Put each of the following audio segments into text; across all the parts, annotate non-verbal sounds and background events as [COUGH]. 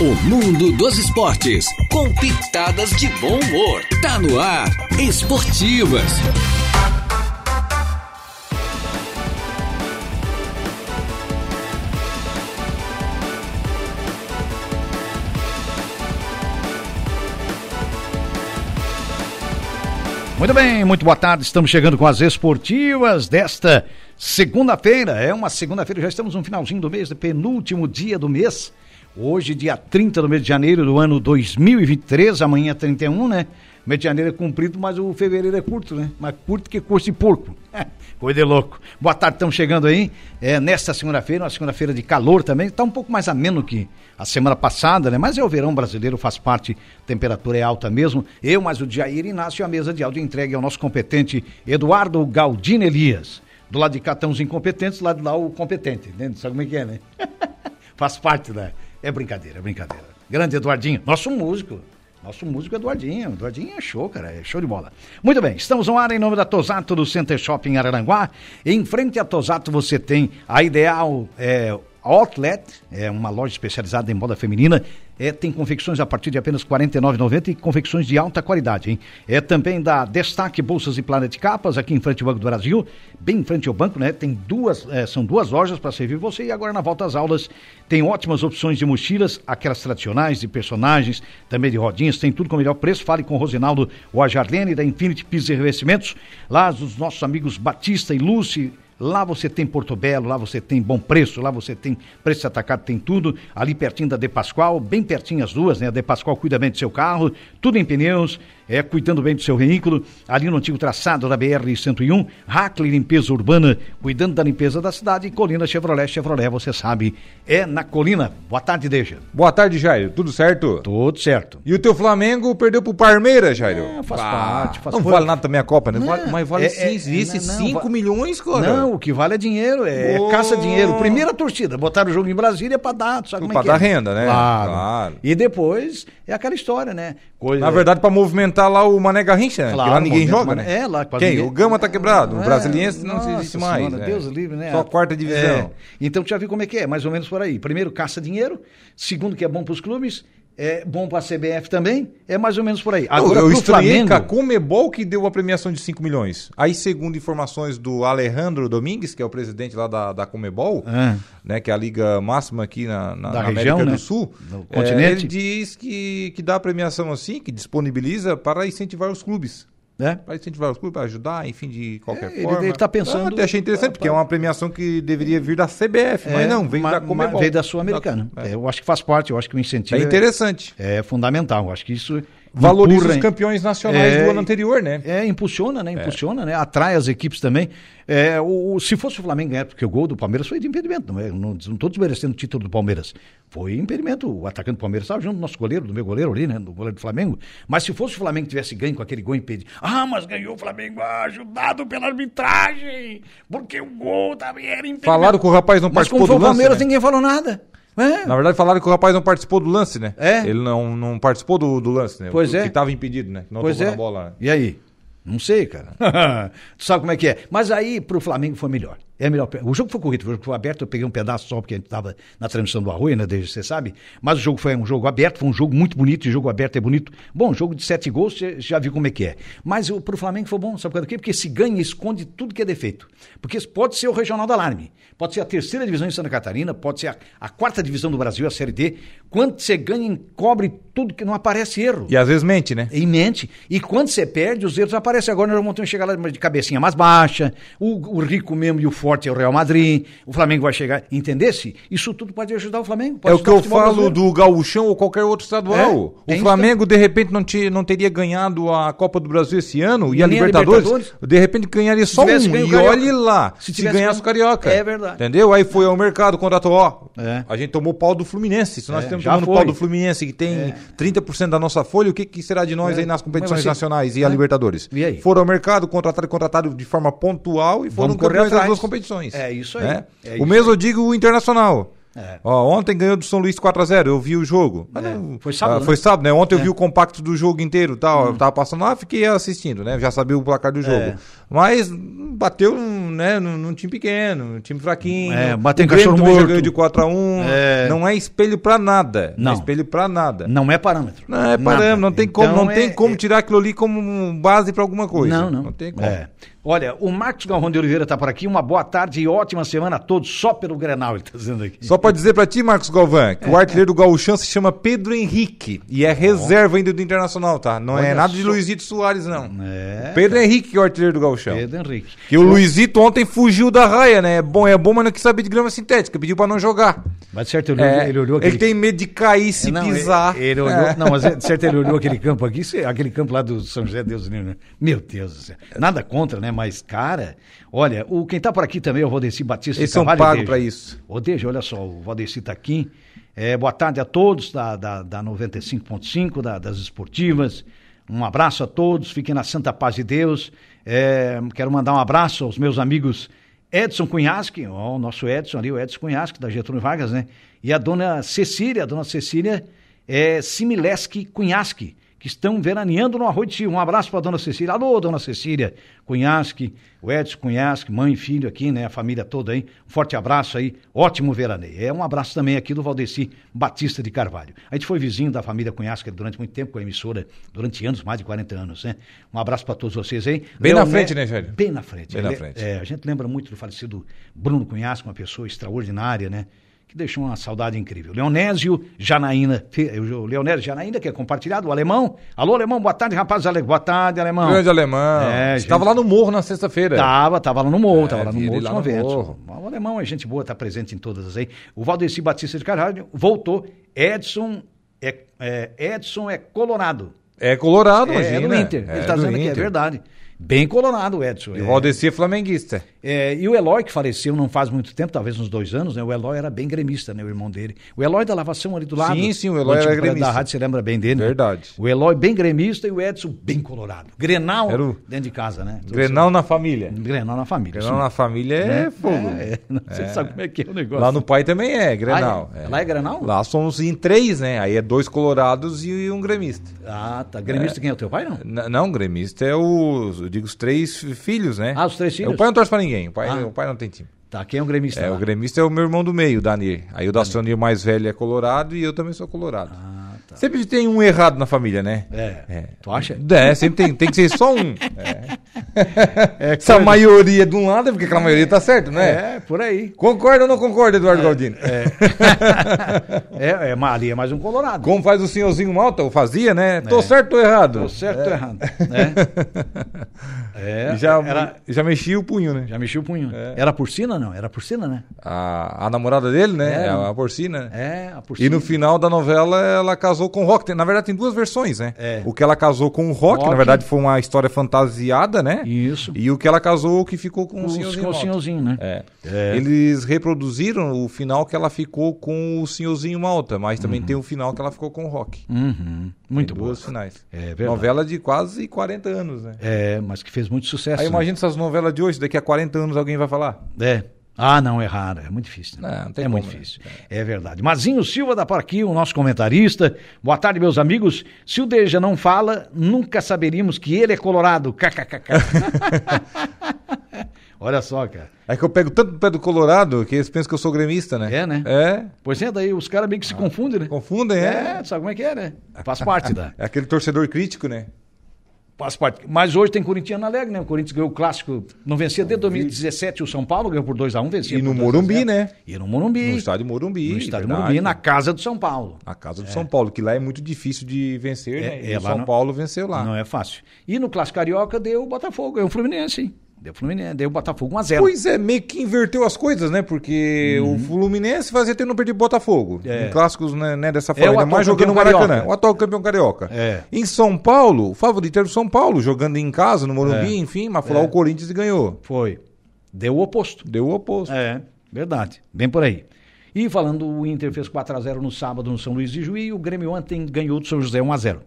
O mundo dos esportes, com pitadas de bom humor. Tá no ar, Esportivas. Muito bem, muito boa tarde. Estamos chegando com as esportivas desta segunda-feira. É uma segunda-feira, já estamos no finalzinho do mês, no penúltimo dia do mês. Hoje, dia 30 do mês de janeiro do ano 2023, amanhã 31, né? O mês de janeiro é cumprido, mas o fevereiro é curto, né? Mais curto que curto de porco. [LAUGHS] Coisa de louco. Boa tarde, estamos chegando aí. É, nesta segunda-feira, uma segunda-feira de calor também. Está um pouco mais ameno que a semana passada, né? Mas é o verão brasileiro, faz parte, temperatura é alta mesmo. Eu, mais o Jair Inácio, a mesa de áudio entregue ao nosso competente Eduardo Galdino Elias. Do lado de cá estão os incompetentes, do lado de lá o competente, entende? Sabe como é que é, né? Faz parte da. É brincadeira, é brincadeira. Grande Eduardinho, nosso músico. Nosso músico Eduardinho. Eduardinho é show, cara. É show de bola. Muito bem, estamos no ar em nome da Tosato do Center Shopping Araranguá. Em frente à Tosato você tem a ideal. é, Outlet, é uma loja especializada em moda feminina, é, tem confecções a partir de apenas R$ 49,90 e confecções de alta qualidade, hein? É também da Destaque Bolsas e Planet Capas, aqui em frente ao Banco do Brasil, bem em frente ao banco, né? Tem duas, é, são duas lojas para servir você e agora na volta às aulas tem ótimas opções de mochilas, aquelas tradicionais, de personagens, também de rodinhas, tem tudo com o melhor preço. Fale com o Rosinaldo ou a Jarlene da Infinity Pisos e Revestimentos, lá os nossos amigos Batista e Lúcio, Lá você tem Porto Belo, lá você tem bom preço, lá você tem preço atacado, tem tudo. Ali pertinho da De Pascoal, bem pertinho as duas, né? A De Pascoal cuida bem do seu carro, tudo em pneus, é, cuidando bem do seu veículo. Ali no antigo traçado da BR-101, Hackley Limpeza Urbana, cuidando da limpeza da cidade. E Colina Chevrolet, Chevrolet, você sabe, é na Colina. Boa tarde, Deja. Boa tarde, Jairo. Tudo certo? Tudo certo. E o teu Flamengo perdeu pro Parmeira, Jairo? É, faz Bah, parte, faz não parte. vale nada também a Copa, né? Vale- mas vale é- é- seis, esse não, não, 5 va- milhões, cara. Não, o que vale é dinheiro, é Boa. caça dinheiro. Primeira torcida, botaram o jogo em Brasília pra dar, sabe como é Pra que é? dar renda, né? Claro. Claro. E depois é aquela história, né? Coisa- Na verdade, pra movimentar lá o Mané Garrincha, né? Claro, que lá ninguém movimento joga, Mané- né? é, lá quase Quem? ninguém- O Gama tá quebrado. O É, brasiliense não se nossa existe mais. senhora, né? Deus livre, né? Só a quarta divisão. É. Então tu já viu como é que é, mais ou menos por aí. Primeiro, caça dinheiro. Segundo, que é bom pros clubes. É bom pra CBF também. É mais ou menos por aí. Agora, eu pro estranhei Flamengo... com a Comebol que deu a premiação de 5 milhões. Aí, segundo informações do Alejandro Domingues, que é o presidente lá da, da Comebol, Ah. né, que é a liga máxima aqui na, na, Da na região, América né? do Sul, Do é, continente. ele diz que, que dá a premiação assim, que disponibiliza para incentivar os clubes. né? Para incentivar os clubes, para ajudar, enfim, de qualquer É, ele- forma. ele tá pensando- Eu até achei interessante, porque é uma premiação que deveria vir da CBF, mas É, não, veio ma- da ma- Comebol. Veio da Sul-Americana. Da- é. É, Eu acho que faz parte, eu acho que o É incentivo... interessante. É fundamental. Acho que isso Valoriza empurra, os hein? campeões nacionais É, do ano anterior, né? É, impulsiona, né? Impulsiona, né? Atrai as equipes também. É, o, o- se fosse o Flamengo ganhar, porque o gol do Palmeiras foi de impedimento, não é? Não estou desmerecendo o título do Palmeiras. Foi impedimento. O atacante do Palmeiras estava junto do nosso goleiro, do meu goleiro ali, né? Do goleiro do Flamengo. Mas se fosse o Flamengo que tivesse ganho com aquele gol impedido. Ah, mas ganhou o Flamengo ah, ajudado pela arbitragem, porque o gol também era impedimento. Falaram que o rapaz não Mas participou como foi o do lance, Palmeiras, né? ninguém falou nada. É, Na verdade, falaram que o rapaz não participou do lance, né? É. Ele não, não participou do, do lance, né? Pois que, é. Que tava impedido, né? Que Não pois tocou é. na bola. né? E aí? Não sei, [LAUGHS] cara. tu sabe como é que é. Mas aí, pro Flamengo foi melhor. É melhor. O jogo foi corrido, o jogo foi aberto, eu peguei um pedaço só porque a gente tava na transmissão do Arroio, né, desde você sabe. Mas o jogo foi um jogo aberto, foi um jogo muito bonito, e jogo aberto é bonito. Bom, jogo de sete gols, você já viu como é que é. Mas o, pro Flamengo foi bom, sabe por quê? Porque se ganha, esconde tudo que é defeito. Porque pode ser o Regional do Alarme, pode ser a terceira divisão em Santa Catarina, pode ser a, a quarta divisão do Brasil, a Série D. Quando você ganha, encobre tudo que não aparece erro E às vezes mente, né? e mente. E quando você perde, os erros aparecem. Agora nós vamos ter que chegar lá de cabecinha mais baixa. O, o rico mesmo e o forte é o Real Madrid. O Flamengo vai chegar. Entendesse? Isso tudo pode ajudar o Flamengo. pode é o ajudar que eu futebol falo brasileiro. do Gaúchão ou qualquer outro estadual. É, tem o isso Flamengo, de repente, não, ti- não teria ganhado a Copa do Brasil esse ano e Nem a a Libertadores. Libertadores. De repente, ganharia só um. tivesse ganho o E Carioca. olhe lá, Se se, tivesse ganhasse o ganho- Carioca. É verdade. Entendeu? Aí foi ao mercado, contratou, ó, É. a gente tomou pau do Fluminense. Se nós É, temos já tomando foi. pau do Fluminense, que tem 30% da nossa folha, o que, que será de nós É. aí nas competições Mas você- nacionais e a É. Libertadores? E aí? Foram ao mercado, contrataram, contrataram de forma pontual e foram Vamos correr campeões das atrás. duas competições. É isso aí. né? É o isso mesmo eu digo o Internacional. É. Ó, ontem ganhou do São Luís 4x0, eu vi o jogo. Mas É, não- foi sábado, ah, né? Hum. Foi sábado, né? Ontem eu vi o compacto do jogo inteiro, tal. Eu tava passando lá, fiquei assistindo, né? Já sabia o placar do jogo. É. Mas hum, bateu num, né, num, num time pequeno, um time fraquinho. É, bateu O em Grêmio cachorro também já morto. ganhou de 4x1. É. Não é espelho pra nada. Não. é espelho pra nada. Não é parâmetro. Não, é Nada. parâmetro, não tem como, Então não tem é- como tirar aquilo ali como base pra alguma coisa. Não, não. Não tem como. É. Olha, o Marcos Galvão de Oliveira está por aqui. Uma boa tarde e ótima semana a todos, só pelo Grenal, ele está dizendo aqui. Só pra dizer pra ti, Marcos Galvão, que o É. artilheiro do Gauchão se chama Pedro Henrique e é reserva ainda do Internacional, tá? Não Olha é nada de só. Luizito Soares, não. É, Pedro Henrique que é o artilheiro do Gauchão. Pedro Henrique. E o Luizito ontem fugiu da raia, né? É bom, é bom, mas não quis saber de grama sintética, pediu pra não jogar. Mas de certo, ele, olhou- É, ele olhou É, ele tem medo de cair se Não, ele- pisar. Ele, olhou, É. Não, mas de certo ele olhou aquele campo aqui, se- aquele campo lá do São José Deus Livre, né? Meu Deus do céu. Nada contra, né? Mas, cara, olha, o, quem tá por aqui também é o Valdeci Batista. Eles de são Carvalho, pagos Deja. pra isso. Ô, Deja, olha só, o Valdeci tá aqui. É, boa tarde a todos da, da, da 95.5, da- das esportivas. Um abraço a todos, fiquem na santa paz de Deus. É, quero mandar um abraço aos meus amigos Edson Cunhasque, ó, o nosso Edson ali, o Edson Cunhasque, da Getúlio Vargas, né? E a dona Cecília, a dona Cecília é, Simileski Cunhasque, que estão veraneando no Arroio de Silva. Um abraço para dona Cecília. Alô, dona Cecília Cunhasque, o Edson Cunhasque, mãe e filho aqui, né? A família toda aí. Um forte abraço aí. Ótimo veraneio. É um abraço também aqui do Valdeci Batista de Carvalho. A gente foi vizinho da família Cunhasque durante muito tempo com a emissora, durante anos, mais de 40 anos, né? Um abraço para todos vocês aí. Bem na Leoné- frente, né, Jair? Bem na frente. Bem na Ele- frente. é, a gente lembra muito do falecido Bruno Cunhasco, uma pessoa extraordinária, né? Que deixou uma saudade incrível. Leonésio Janaína, fe- o Leonésio Janaína, que é compartilhado, o alemão. Alô, alemão, boa tarde, rapaz. Ale- Boa tarde, alemão. Grande alemão. É, gente. Tá. Estava lá no morro na sexta-feira. Tava, tava lá no morro, tava lá no vi morro ele dos lá no conventos. morro. O alemão é gente boa, tá presente em todas as aí. O Valdeci Batista de Carvalho voltou. Edson é, é- Edson é colorado. É colorado, é, é imagina. do Inter. Ele tá do dizendo que é Inter. verdade. Bem colorado, o Edson. E É. o Valdeci é flamenguista. É, e o Eloy, que faleceu não faz muito tempo, talvez uns dois anos, né? O Eloy era bem gremista, né? O irmão dele. O Eloy da lavação ali do lado. Sim, sim, o do Eloy antigo era prédio gremista. Da rádio, você lembra bem dele, né? Verdade. O Eloy bem gremista e o Edson bem colorado. Grenal Era o- dentro de casa, né? Tudo Grenal na família. certo. Grenal na família. Grenal na família é fogo. É, não sei sabe como é que é o negócio. Lá no pai também é Grenal. Ah, é? Lá é Grenal? Lá somos em três, né? Aí é dois colorados e um gremista. Ah, tá. Gremista quem é o teu pai, não? N- não, gremista é os, eu digo, os três fi- filhos, né? Ah, os três filhos? O pai não torce pra ninguém, o pai, Ah. o pai não tem time. Tá, quem é um gremista? É, lá? o gremista é o meu irmão do meio, o Danir. Aí o Dacionir mais velho é colorado e eu também sou colorado. Ah, tá. Sempre tem um errado na família, né? É. É. Tu acha? É, sempre tem, tem que ser só [LAUGHS] um. É, Se a maioria é de um lado é porque aquela maioria tá certa, né? É, por aí. Concorda ou não concorda, Eduardo Galdino? É, é, mas ali é mais um colorado. Como faz o senhorzinho Malta, ou fazia, né? Tô É. certo ou errado? Tô certo ou tô errado? Né? É, Já, era- já mexia o punho, né? Já mexeu o punho. Era porcina, não? Era porcina, né? A, a namorada dele, né? É. A, a porcina. É, a E porcina. no final da novela ela casou com o Rock. Tem- Na verdade tem duas versões, né? É. O que ela casou com o Rock, Rock. na verdade foi uma história fantasiada, né? Isso. E o que ela casou que ficou com o Os- senhorzinho. com o Malta. senhorzinho, né? É. Eles reproduziram o final que ela ficou com o senhorzinho Malta, mas também tem o final que ela ficou com o Rock. Uhum. Muito Tem boa. duas finais. É verdade. Novela de quase 40 anos, né? É, mas que fez muito sucesso. Aí né? imagina essas novelas de hoje, daqui a 40 anos alguém vai falar. É. Ah, não, é raro, é muito difícil. né? Não, não é tem como, muito né? difícil. É verdade. Mazinho Silva da Parqui, o nosso comentarista. Boa tarde, meus amigos. Se o Deja não fala, nunca saberíamos que ele é colorado. [LAUGHS] KKKK. Olha só, cara. É que eu pego tanto pé do Colorado que eles pensam que eu sou gremista, né? É, né? É. Pois é, daí os caras meio que se confundem, né? Confundem, É, Ah. é. sabe como é que é, [LAUGHS] né? Faz parte da. É aquele torcedor crítico, né? Faz parte. Mas hoje tem Corintiano alegre, né? O Corinthians ganhou o clássico, não vencia desde 2017 o São Paulo, ganhou por 2x1, vencia. E por no 2 a 0. Morumbi, né? E no Morumbi. No estádio Morumbi. No estádio verdade. Morumbi, na casa do São Paulo. A casa do São Paulo, que lá é muito difícil de vencer, É, né? E é, o lá São não- Paulo venceu lá. Não é fácil. E no Clássico Carioca deu o Botafogo, deu o Fluminense, hein? Deu o Fluminense, deu o Botafogo 1x0. Pois é, meio que inverteu as coisas, né? Porque o Fluminense fazia tempo não perder Botafogo. Uhum. É. Em clássicos, né, né, dessa forma. o Ainda atual mais jogando no campeão Maracanã. carioca. O atual campeão carioca. É. Em São Paulo, o favorito era o São Paulo, jogando em casa, no É. Morumbi, enfim, mas foi lá o Corinthians e ganhou. Foi. Deu o oposto. Deu o oposto. É, verdade. Bem por aí. E falando, o Inter fez 4x0 no sábado no São Luís de Juiz e o Grêmio ontem ganhou do São José 1x0.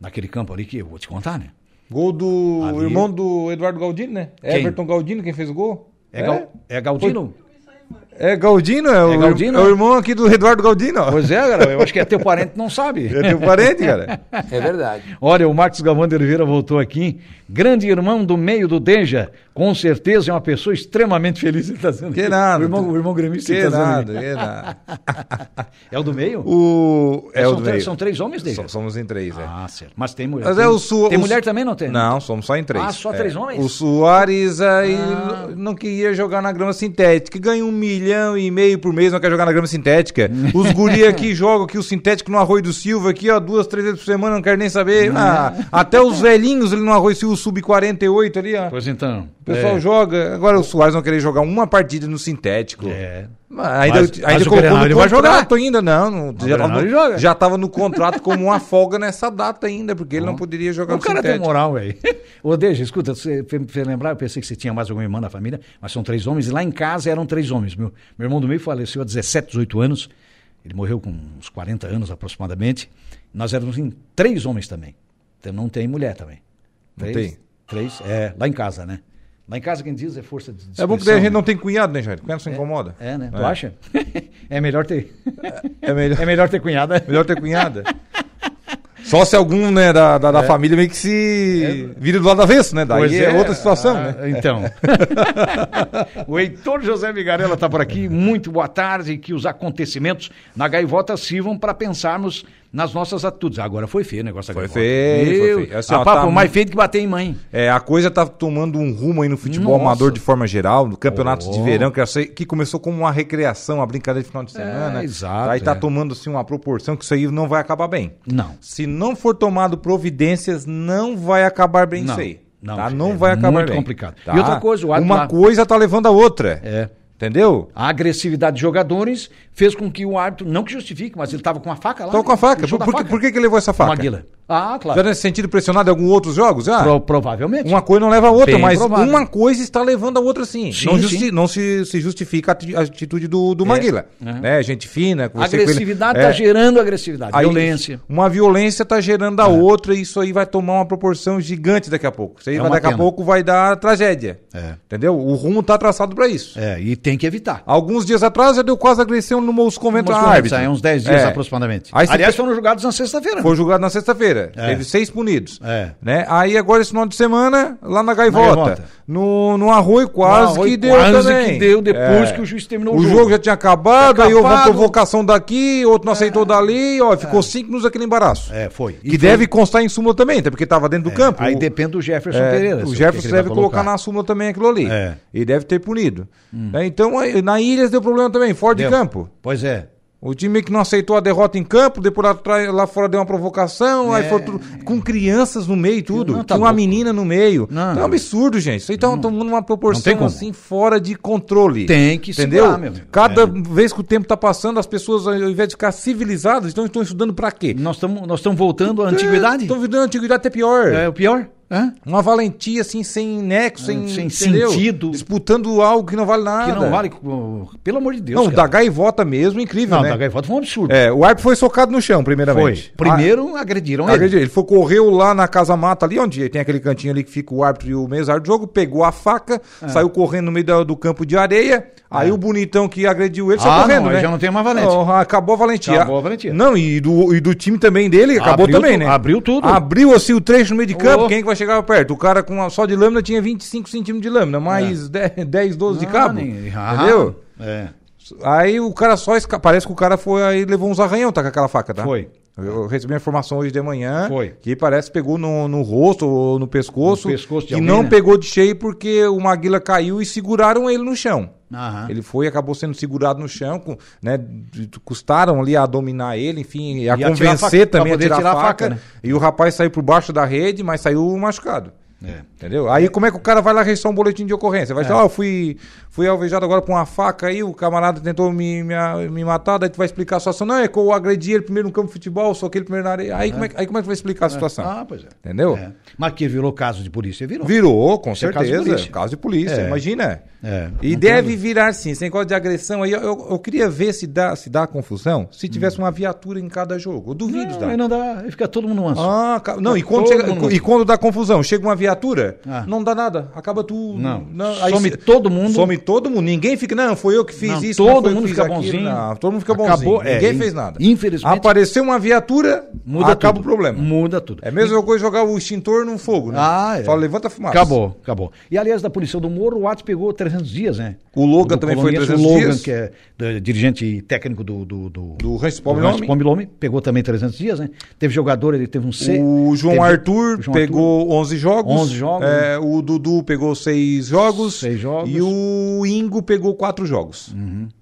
Naquele campo ali que eu vou te contar, né? Gol do Ali- irmão do Eduardo Galdino, né? Quem? Everton Galdino, quem fez o gol? É, Gal- é Galdino? É Galdino, é, o, Galdino? é o irmão aqui do Eduardo Galdino. ó. Pois é, cara, eu acho que é teu parente não [LAUGHS] sabe. É teu parente, cara. É verdade. Olha, o Marcos Galvão de Oliveira voltou aqui. Grande irmão do meio do Deja. Com certeza é uma pessoa extremamente feliz. Ele tá dizendo Que aqui. nada. O irmão, o irmão gremista Que ele tá dizendo aqui. nada, que nada. É o do meio? O... É são, o do três- meio. são três homens, Deja? So- Somos em três, é. Ah, certo. Mas tem mulher. Mas tem, é o Su... tem o mulher Su- também não tem? Não, somos só em três. Ah, só É. três homens? Ah. O Soares aí n- não queria jogar na grama sintética. Ganha um milhão e meio por mês, não quer jogar na grama sintética. [LAUGHS] Os guri aqui jogam aqui o sintético no Arroio do Silva, aqui, ó, duas, três vezes por semana, não quero nem saber. Ah, até os velhinhos ali no Arroio Silva, sub-48 ali, ó. Pois então. O pessoal é, joga. Agora o Soares não querer jogar uma partida no sintético. É. Mas ainda Mas- ainda mas o colocou Grenal no ele vai jogar. contrato ainda, não. não- já, Grenal tava no, ele joga. já tava no contrato como uma folga nessa data ainda, porque ele não poderia jogar O no cara tem um sintético. moral, velho. [LAUGHS] Ô, Deja, escuta, você fez me fez lembrar, eu pensei que você tinha mais alguma irmã na família, mas são três homens, e lá em casa eram três homens. Meu, meu irmão do meio faleceu há 17, 18 anos, ele morreu com uns 40 anos aproximadamente. Nós éramos em três homens também. Então não tem mulher também. Não Três- tem? Três, é, lá em casa, né? Lá em casa quem diz é força de É bom que daí a disposição, gente não tem cunhado, né, Jair? Cunhado se incomoda. É, né? Tu acha? [LAUGHS] é melhor ter. É [LAUGHS] melhor, É melhor ter cunhada. melhor ter cunhada. Só se algum, né, da, da, da família meio que se vira do lado avesso, né? Daí É. Pois é, outra situação, Ah, né? [LAUGHS] Então. o Heitor José Vigarela está por aqui. Muito boa tarde. Que os acontecimentos na gaivota sirvam para pensarmos nas nossas atitudes. Agora foi feio o negócio da Foi gaivota. feio, foi Meu, feio. Assim, ó, rapaz, tá foi mu- mais feio do que bater em mãe. É, a coisa tá tomando um rumo aí no futebol Nossa. amador de forma geral, no campeonato de Oh. É, verão, que, eu sei que começou como uma recreação, uma brincadeira de final de semana. exato, Aí tá é. tomando assim uma proporção que isso aí não vai acabar bem. Não. Se não for tomado providências, não vai acabar bem Não, isso aí. não, tá? filho, não é vai acabar muito bem. complicado. Tá? E outra coisa, o árbitro uma lá- coisa tá levando a outra. É. Entendeu? A agressividade de jogadores fez com que o árbitro, não que justifique, mas ele estava com a faca lá. Tô com a né? faca. Puxou Por, da por que- faca. por que que ele levou essa Com a faca? guila. Ah, Já claro. nesse sentido pressionado em alguns outros jogos? Ah, Pro- provavelmente. Uma coisa não leva a outra, Bem mas provável. uma coisa está levando a outra sim. Sim, não justi- sim. não se, se justifica a ati- a atitude do, do Manguila. Né? Gente fina, A conversei com ele. agressividade É, está gerando agressividade, aí violência. É. Uma violência está gerando a outra e isso aí vai tomar uma proporção gigante daqui a pouco. Isso aí É vai, uma daqui a pena. pouco vai dar tragédia. É. Entendeu? O rumo está traçado para isso. É, e tem que evitar. Alguns dias atrás já deu quase agressão no Moscovento Umas à correntes, árbitro. aí, uns 10 dias É. aproximadamente. Aí você Aliás, pe- foram julgados na sexta-feira. né? Foi julgado na sexta-feira. É. Teve seis punidos. É. Né? Aí agora esse final de semana, lá na Gaivota. Na Gaivota. No, no Arroio quase No Arroio que deu quase também. É. que deu depois que o juiz terminou o o jogo. jogo. é já tinha acabado, Tinha aí houve uma acabado. provocação daqui, outro não aceitou dali, ó, ficou cinco minutos aquele embaraço. É, foi. E Que foi- É, deve constar em súmula também, até porque estava dentro do campo. Aí O- depende do Jefferson é, Pereira. se o que Jefferson que ele vai deve colocar na súmula também aquilo ali. É. Hum. E deve ter punido. Né? Então, aí, na Ilhas deu problema também, fora Deu. de campo. Pois é. O time que não aceitou a derrota em campo, depois lá, atrás- lá fora deu uma provocação, aí foi tudo, com crianças no meio e tudo, É. Não, tá tinha uma louco. menina no meio. Não. Então é um absurdo, gente. Isso aí tá tomando uma tem proporção como. assim fora de controle. Tem que entendeu? segurar, meu amigo. É. Cada vez que o tempo tá passando, as pessoas ao invés de ficar civilizadas, então estão estudando pra quê? Nós estamos nós tamo voltando É, à É, antiguidade? Estão virando antiguidade até pior. É o pior? Hã? Uma valentia assim sem nexo, sem, Sem entendeu? sentido. disputando algo que não vale nada. Que não vale. oh, Pelo amor de Deus. Não, o da cara. gaivota mesmo, incrível, Não, né? da gaivota foi um absurdo. É, o árbitro foi socado no chão, foi. primeiramente. Ah, Primeiro agrediram ele. Agrediu. Ele foi, correu lá na casa mata ali, onde tem aquele cantinho ali que fica o árbitro e o mesário do jogo, pegou a faca, É. saiu correndo no meio da- do, campo de areia, aí o bonitão que agrediu ele Ah, saiu correndo, não, aí né? já não tem mais valência. Não, acabou a valentia. Acabou a valentia. Não, e do, e do time também dele, acabou Abriu também, tu- né? abriu tudo. Abriu assim o trecho no meio de campo, Oh. quem que vai chegar perto? O cara com a- só de lâmina tinha 25 centímetros de lâmina, mais 10, 10 12 de Ah, cabo, nem- ah, entendeu? É. Aí o cara só. esca- Parece que o cara foi aí levou uns arranhão, tá com aquela faca, tá? Foi. Eu recebi a informação hoje de manhã. Foi. Que parece que pegou no, no rosto ou no pescoço. No pescoço de e alguém, não né? pegou de cheio porque o Maguila caiu e seguraram ele no chão. Aham. Ele foi e acabou sendo segurado no chão, com- né? d- d- Custaram ali a dominar ele, enfim, a E a tirar a convencer faca, pra também a poder tirar, tirar a faca. né? E o rapaz saiu por baixo da rede, mas saiu machucado. É. Entendeu? Aí como é que o cara vai lá registrar um boletim de ocorrência? Vai dizer, ó, eu fui, fui alvejado agora com uma faca aí, o camarada tentou me, me, a- me matar, daí tu vai explicar a situação. Não, é que eu agredi ele primeiro no campo de futebol, soquei ele primeiro na areia. Aí, como, é, que- aí como é que vai explicar a situação? Ah, pois é. Entendeu? É. Mas que virou caso de polícia, virou. Virou, com Isso é caso de certeza. polícia. caso de polícia, É. imagina. É, E não deve tem- virar sim, sem causa de agressão aí. Eu, eu, eu queria ver se dá, se dá confusão, se tivesse uma viatura em cada jogo. Eu Hum. duvido, Não, dá. aí não dá. Aí fica todo mundo no anço. Ah, ca- não, e Tá quando, todo chega- mundo- e quando dá confusão, chega uma criatura, Ah. não dá nada, acaba tudo. Não. aí Some se- todo mundo. Some todo mundo. Ninguém fica, não, foi eu que fiz Não, isso. todo não foi eu que mundo fiz fica aquilo. bonzinho. Não, todo mundo fica bonzinho. Acabou, é, Ninguém in- fez nada. infelizmente- Apareceu uma viatura, Muda acaba tudo. o problema. Muda tudo. É a mesma coisa jogar o extintor num fogo, né? Ah, é. Fala, levanta a fumaça. Acabou, acabou. E aliás, da poluição do Moro, o Atos pegou 300 dias, né? O Logan Do também foi coloniense, 300 O Logan, dias. que é da- dirigente técnico do... Do, do, Do Rancho Pomerome. Rancho Pomerome, pegou também 300 dias, né? Teve jogador, ele teve um C. O João teve- Arthur o João pegou 11 jogos. 11 jogos. É, o Dudu pegou 6 jogos. Seis jogos. Uhum. E o Ingo pegou 4 jogos.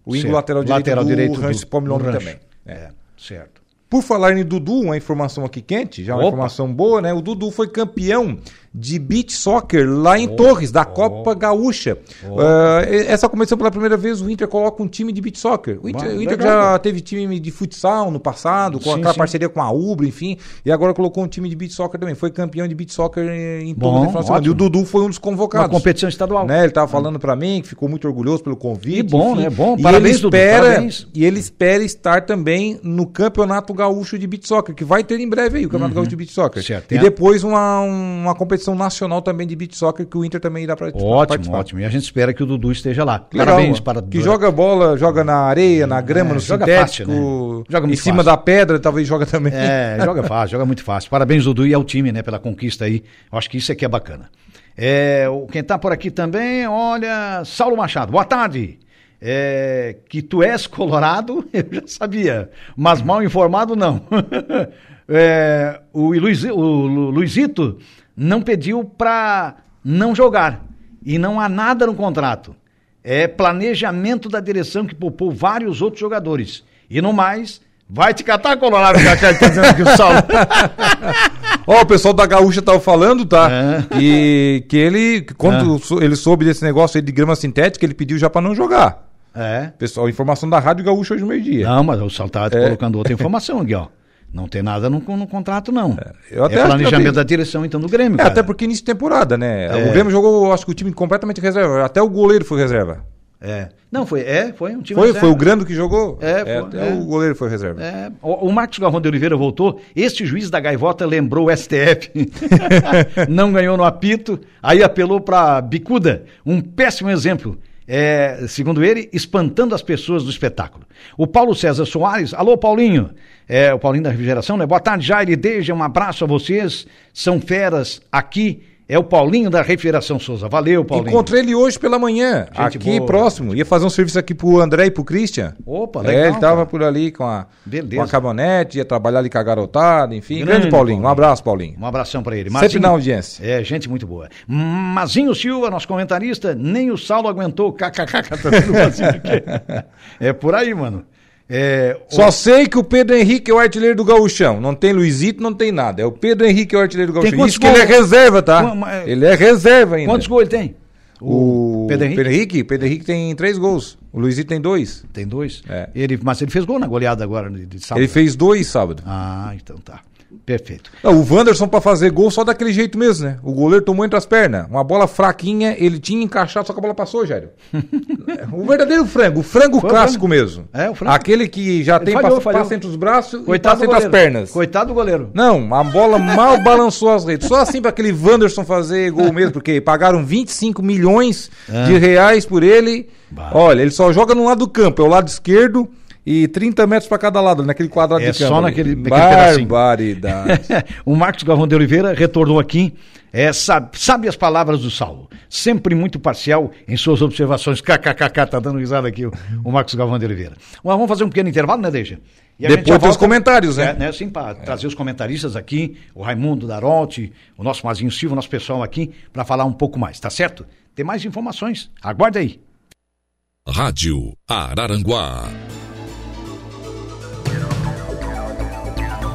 O Ingo, Certo. lateral direito lateral do direito Rancho Pomerode Rancho. também. É. certo. Por falar em Dudu, uma informação aqui quente, já uma Opa. informação boa, né? O Dudu foi campeão de beach soccer lá em Torres, da Copa Gaúcha. Ah, e- essa começou pela primeira vez, o Inter coloca um time de beach soccer. O Inter, Bah, o Inter legal, já cara. teve time de futsal no passado, com Sim, aquela sim. parceria com a Ubra, enfim, e agora colocou um time de beach soccer também. Foi campeão de beach soccer em em Bom, Torres. no final de semana. E o ótimo. Dudu foi um dos Uma convocados. competição estadual. Né, ele estava falando pra mim que ficou muito orgulhoso pelo Que convite. bom, né? Bom, E parabéns, ele Dudu, espera, parabéns. E ele espera estar também no Campeonato Gaúcho de Beach Soccer, que vai ter em breve aí, o Campeonato Gaúcho de Beach Soccer. Uhum. Certo, e tem a- depois uma, uma competição nacional também de Beach Soccer, que o Inter também irá pra- Ótimo, participar. ótimo. E a gente espera que o Dudu esteja lá. Legal, Parabéns mano. para Que joga bola, joga na areia, na grama, É, no joga sintético, fácil, né? Joga em muito cima fácil. da pedra, talvez joga também. É, joga fácil, joga muito fácil. Parabéns, Dudu, e ao time, né, pela conquista aí. Eu acho que isso aqui é bacana. É, o- quem tá por aqui também, olha, Saulo Machado, boa tarde. É, que tu és colorado, [LAUGHS] eu já sabia, mas mal informado não. [LAUGHS] É, o, Luiz, o Lu- Luizito não pediu pra não jogar e não há nada no contrato. É planejamento da direção que poupou vários outros jogadores. E no mais, vai te catar, Colorado, já que tá dizendo que o [LAUGHS] Saulo. [LAUGHS] Ó, o pessoal da Gaúcha tava falando, tá? É. E que ele, que quando sou- ele soube desse negócio aí de grama sintética, ele pediu já pra não jogar. É. Pessoal, informação da Rádio Gaúcha hoje meio-dia. Não, mas o Saulo É. tá colocando outra informação aqui, ó. Não tem nada no, no contrato, não. eu até é acho que planejamento tá da direção, então, do Grêmio. É, cara. até porque início de temporada, né? É. O Grêmio jogou, acho que o time completamente reserva. Até o goleiro foi reserva. É. Não, foi. É, foi um time. Foi, reserva. foi o Grando que jogou? É, foi, até é. o goleiro foi reserva. É, o, o Marcos Galvão de Oliveira voltou. Este juiz da gaivota lembrou o STF. [LAUGHS] Não ganhou no apito. Aí apelou para bicuda. Um péssimo exemplo. É, segundo ele, espantando as pessoas do espetáculo. O Paulo César Soares, alô Paulinho, é, o Paulinho da Refrigeração, né? Boa tarde, Jair e Deja, um abraço a vocês, são feras aqui, é o Paulinho da Refrigeração Souza, valeu Paulinho. Encontrei ele hoje pela manhã, Gente aqui boa. próximo. Ia fazer um serviço aqui pro André e pro Christian. Opa, É, legal, ele tava cara. por ali com a, Beleza. com a caminhonete, ia trabalhar ali com a garotada, enfim. Grande, Grande Paulinho. Um Paulinho. abraço, Paulinho. Um abração pra ele. Sempre na audiência. É, gente muito boa. Mazinho Silva, nosso comentarista, nem o Saulo aguentou. KKKK, tá tudo assim, porque- É por aí, mano. É, o- Só assim, sei que o Pedro Henrique é o artilheiro do Gaúchão. Não tem Luizito, não tem nada. É o Pedro Henrique é o artilheiro do Tem Gaúchão. quantos Isso que ele é gols? reserva, tá? Quanto- mas- Ele é reserva ainda. Quantos gols ele tem? O Pedro Henrique? Pedro Henrique tem três gols. O Luizito tem dois. Tem dois. É. Ele, mas ele fez gol na goleada agora de, de sábado. Ele fez dois sábado. Ah, então tá. Perfeito. Não, o Wanderson pra fazer gol só daquele jeito mesmo, né? O goleiro tomou entre as pernas. Uma bola fraquinha, ele tinha encaixado, só que a bola [LAUGHS] passou, Jairo. o verdadeiro frango, o frango Foi o clássico frango. mesmo. É, o frango. Aquele que já tem falhou, passa, falhou. passa entre os braços e passa entre goleiro. as pernas. Coitado do goleiro. Não, a bola mal balançou as redes. Só assim pra aquele Wanderson fazer gol mesmo, porque pagaram 25 milhões de reais por ele. É. Bah. Olha, ele só joga no lado do campo, é o lado esquerdo e 30 metros pra cada lado, naquele quadrado É de campo. só ali. naquele- naquele pedacinho. Barbaridade. [LAUGHS] o Marcos Galvão de Oliveira retornou aqui. É, sabe, sabe as palavras do Saulo, sempre muito parcial em suas observações. KKKK, tá dando risada aqui o, o Marcos Galvão de Oliveira. Mas vamos fazer um pequeno intervalo, né, Deixa? Depois tem os comentários, né? É, né sim, para trazer os comentaristas aqui, o Raimundo Darote, o nosso Mazinho Silva, o nosso pessoal aqui, para falar um pouco mais, tá certo? Tem mais informações, aguarde aí. Rádio Araranguá.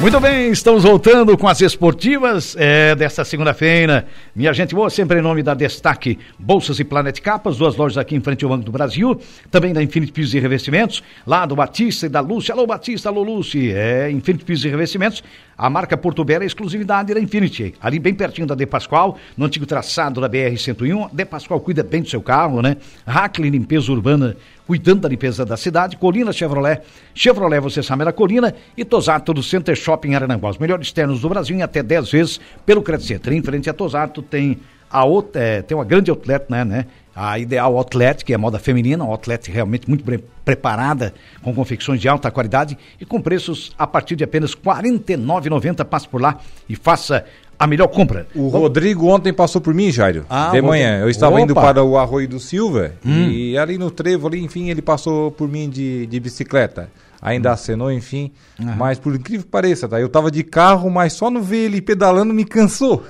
Muito bem, estamos voltando com as esportivas é, desta segunda-feira. Minha gente boa, sempre em nome da Destaque Bolsas e Planet Capas, duas lojas aqui em frente ao Banco do Brasil, também da Infinity Pisos e Revestimentos, lá do Batista e da Lúcia. Alô, Batista, alô, Lúcia. É, Infinity Pisos e Revestimentos, a marca Porto Belo é exclusividade da Infinity, ali bem pertinho da De Pascoal, no antigo traçado da BR-101. De Pascoal cuida bem do seu carro, né? Hackley Limpeza Urbana, cuidando da limpeza da cidade, Colina Chevrolet, Chevrolet você sabe é da Colina e Tosato do Center Shopping Arananguá, os melhores ternos do Brasil em até 10 vezes pelo Credit Center. Em frente a Tosato tem a outra, é, tem uma grande outlet, né, né? A Ideal Outlet, que é moda feminina, uma outlet realmente muito pre- preparada, com confecções de alta qualidade e com preços a partir de apenas R$ 49,90. Passe por lá e faça a melhor compra. O Rodrigo ontem passou por mim, Jairo. Ah, de o manhã. Rodrigo. Eu estava indo Opa. Hum. para o Arroio do Silva e ali no trevo, ali, enfim, ele passou por mim de, de bicicleta. Hum. Ainda acenou, enfim. Mas por incrível que pareça, tá? Eu estava de carro, mas só no ver ele pedalando me cansou.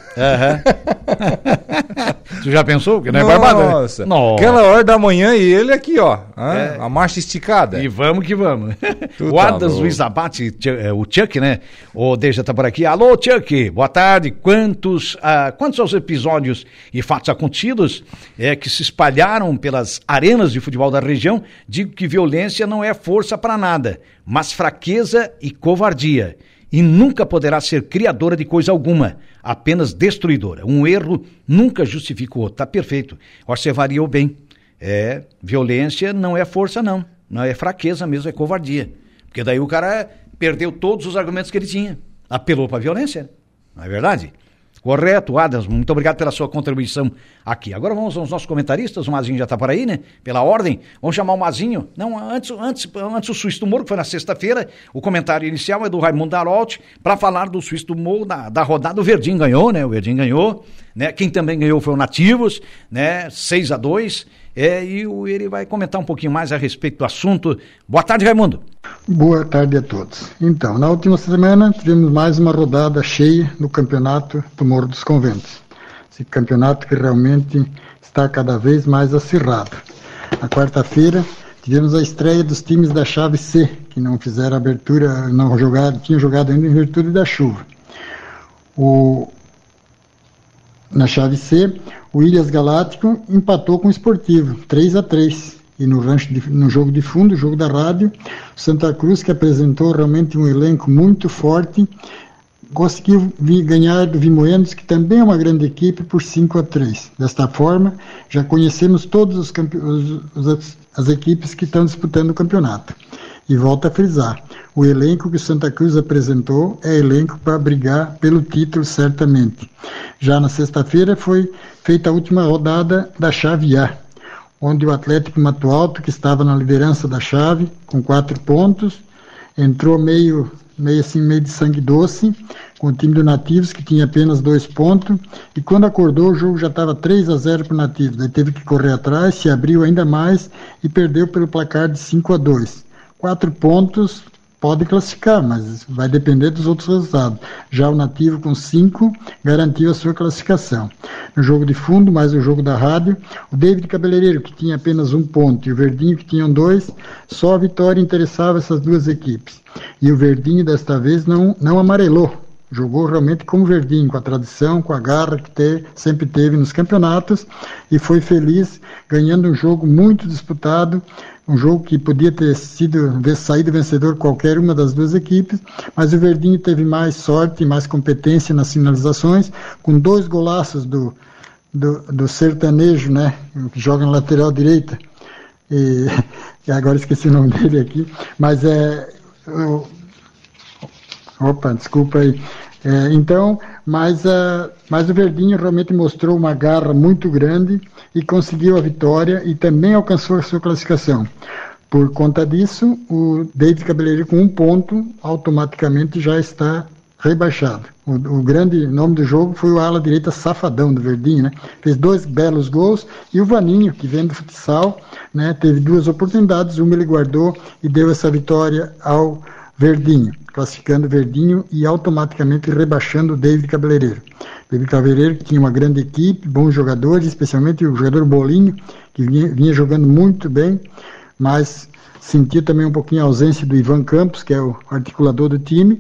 Você já pensou que não é barbada? né? Nossa. Nossa. É. Aquela hora da manhã e ele aqui, ó. hã? A marcha esticada. E vamos que vamos. [LAUGHS] Tu o tá Adas louco. Luiz Abate, Chu- eh, o Chuck, né? O Deja tá por aqui. Alô, Chuck, boa tarde. Quantos, ah, quantos aos episódios e fatos acontecidos eh, que se espalharam pelas arenas de futebol da região, digo que violência não é força para nada, mas fraqueza e covardia. E nunca poderá ser criadora de coisa alguma, apenas destruidora. Um erro nunca justifica o outro. Tá perfeito. Ó, Você variou bem. É, violência não é força, não. Não é fraqueza mesmo, é covardia. Porque daí o cara perdeu todos os argumentos que ele tinha. Apelou para a violência. Não é verdade? Correto, Adams. Muito obrigado pela sua contribuição aqui. Agora vamos aos nossos comentaristas. O Mazinho já está por aí, né? Pela ordem. Vamos chamar o Mazinho. Não, antes, antes, antes o Suíço do Moro, que foi na sexta-feira. O comentário inicial é do Raimundo Darolt para falar do Suíço do Moro da, da rodada. O Verdinho ganhou, né? O Verdinho ganhou. Né? Quem também ganhou foi o Nativos, né? 6 a 2 é, e o- ele vai comentar um pouquinho mais a respeito do assunto. Boa tarde, Raimundo. Boa tarde a todos. Então, na última semana tivemos mais uma rodada cheia no campeonato do Morro dos Conventos. Esse campeonato que realmente está cada vez mais acirrado. Na quarta-feira tivemos a estreia dos times da chave C, que não fizeram abertura, não jogaram, tinham jogado ainda em virtude da chuva. O, na chave C, o Ilhas Galáctico empatou com o Esportivo, 3 a 3 E no, rancho de- no jogo de fundo, jogo da rádio, o Santa Cruz, que apresentou realmente um elenco muito forte, conseguiu vi- ganhar do Vimoenos, que também é uma grande equipe, por 5 a 3 Desta forma, já conhecemos todas os campe- os- os- as equipes que estão disputando o campeonato. E volto a frisar, o elenco que o Santa Cruz apresentou é elenco para brigar pelo título certamente. Já na sexta-feira foi feita a última rodada da chave A, onde o Atlético Mato Alto, que estava na liderança da chave, com quatro pontos, entrou meio, meio assim, meio de sangue doce, com o time do Nativos, que tinha apenas dois pontos, e quando acordou o jogo já estava 3 a 0 para o Nativos, daí teve que correr atrás, se abriu ainda mais e perdeu pelo placar de 5 a 2 Quatro pontos pode classificar, mas vai depender dos outros resultados. Já o Nativo com cinco garantiu a sua classificação. No jogo de fundo, mais o jogo da rádio, o David Cabeleireiro, que tinha apenas um ponto, e o Verdinho, que tinham dois, só a vitória interessava essas duas equipes. E o Verdinho, desta vez, não, não amarelou jogou realmente como Verdinho, com a tradição, com a garra que te- sempre teve nos campeonatos e foi feliz ganhando um jogo muito disputado, um jogo que podia ter sido ter saído vencedor qualquer uma das duas equipes, mas o Verdinho teve mais sorte, mais competência nas finalizações, com dois golaços do do, do sertanejo, né, que joga na lateral direita. E, [LAUGHS] e agora esqueci o nome dele aqui, mas é o- Opa, desculpa aí. É, então, mas, ah, mas o Verdinho realmente mostrou uma garra muito grande e conseguiu a vitória e também alcançou a sua classificação. Por conta disso, o David Cabeleireiro com um ponto automaticamente já está rebaixado. O, o grande nome do jogo foi o ala direita safadão do Verdinho, né? Fez dois belos gols e o Vaninho, que vem do futsal, né? Teve duas oportunidades, uma ele guardou e deu essa vitória ao Verdinho, classificando Verdinho e automaticamente rebaixando o David Cabeleireiro. David Cabeleireiro que tinha uma grande equipe, bons jogadores, especialmente o jogador Bolinho, que vinha, vinha jogando muito bem, mas sentiu também um pouquinho a ausência do Ivan Campos, que é o articulador do time,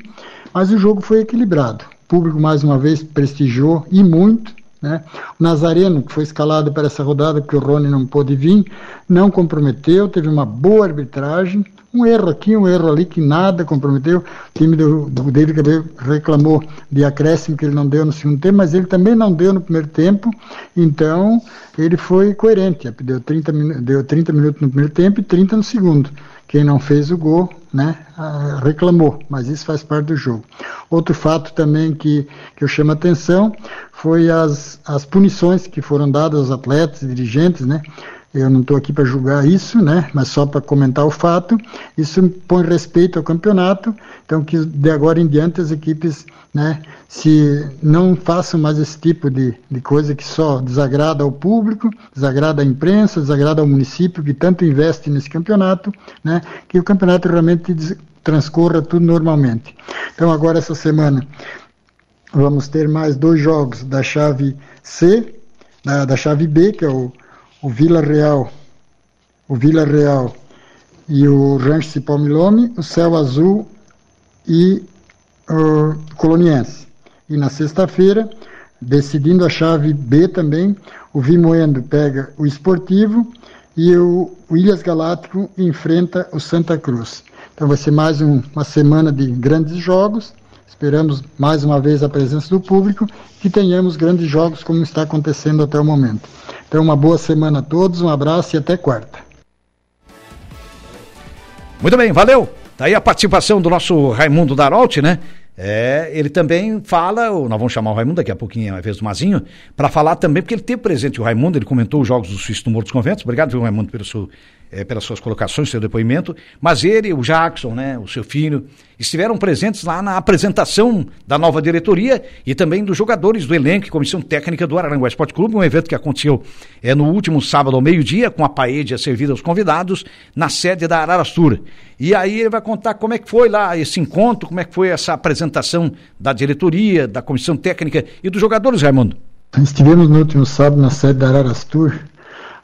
Mas o jogo foi equilibrado. O público, mais uma vez, prestigiou e muito. Né? O Nazareno, que foi escalado para essa rodada, porque o Rony não pôde vir, não comprometeu, teve uma boa arbitragem. Um erro aqui, um erro ali, que nada comprometeu. O time do, do David reclamou de acréscimo que ele não deu no segundo tempo, mas ele também não deu no primeiro tempo. Então, ele foi coerente. Deu 30, deu 30 minutos no primeiro tempo e 30 no segundo. Quem não fez o gol, né, reclamou, mas isso faz parte do jogo. Outro fato também que, que eu chamo a atenção foi as, as punições que foram dadas aos atletas e dirigentes, né, eu não estou aqui para julgar isso, né? Mas só para comentar o fato. Isso põe respeito ao campeonato. Então, que de agora em diante as equipes, né? Se não façam mais esse tipo de, de coisa que só desagrada ao público, desagrada à imprensa, desagrada ao município que tanto investe nesse campeonato, né? Que o campeonato realmente transcorra tudo normalmente. Então, agora essa semana vamos ter mais dois jogos da chave C, da, da chave B, que é o o Vila Real, o Vila Real e o Rancho Cipomilome, o Céu Azul e o Coloniense. E na sexta-feira, decidindo a chave B também, o Vimoendo pega o Esportivo e o, o Ilhas Galáctico enfrenta o Santa Cruz. Então vai ser mais um, uma semana de grandes jogos. Esperamos mais uma vez a presença do público e tenhamos grandes jogos como está acontecendo até o momento. Então, uma boa semana a todos, um abraço e até quarta. Muito bem, valeu. Tá aí a participação do nosso Raimundo Darolte, né? É, ele também fala, nós vamos chamar o Raimundo daqui a pouquinho, é vez do Mazinho, para falar também, porque ele teve presente o Raimundo, ele comentou os jogos do Suíço do Morro dos Conventos. Obrigado, viu, Raimundo, pelo seu, é, pelas suas colocações, seu depoimento. Mas ele, o Jackson, né, o seu filho, estiveram presentes lá na apresentação da nova diretoria e também dos jogadores do elenco e comissão técnica do Araranguá Esporte Clube, um evento que aconteceu é, no último sábado ao meio-dia, com a paedia servida aos convidados, na sede da Ararastura. E aí ele vai contar como é que foi lá esse encontro, como é que foi essa apresentação da diretoria, da comissão técnica e dos jogadores, Raimundo. Estivemos no último sábado na sede da Ararastur,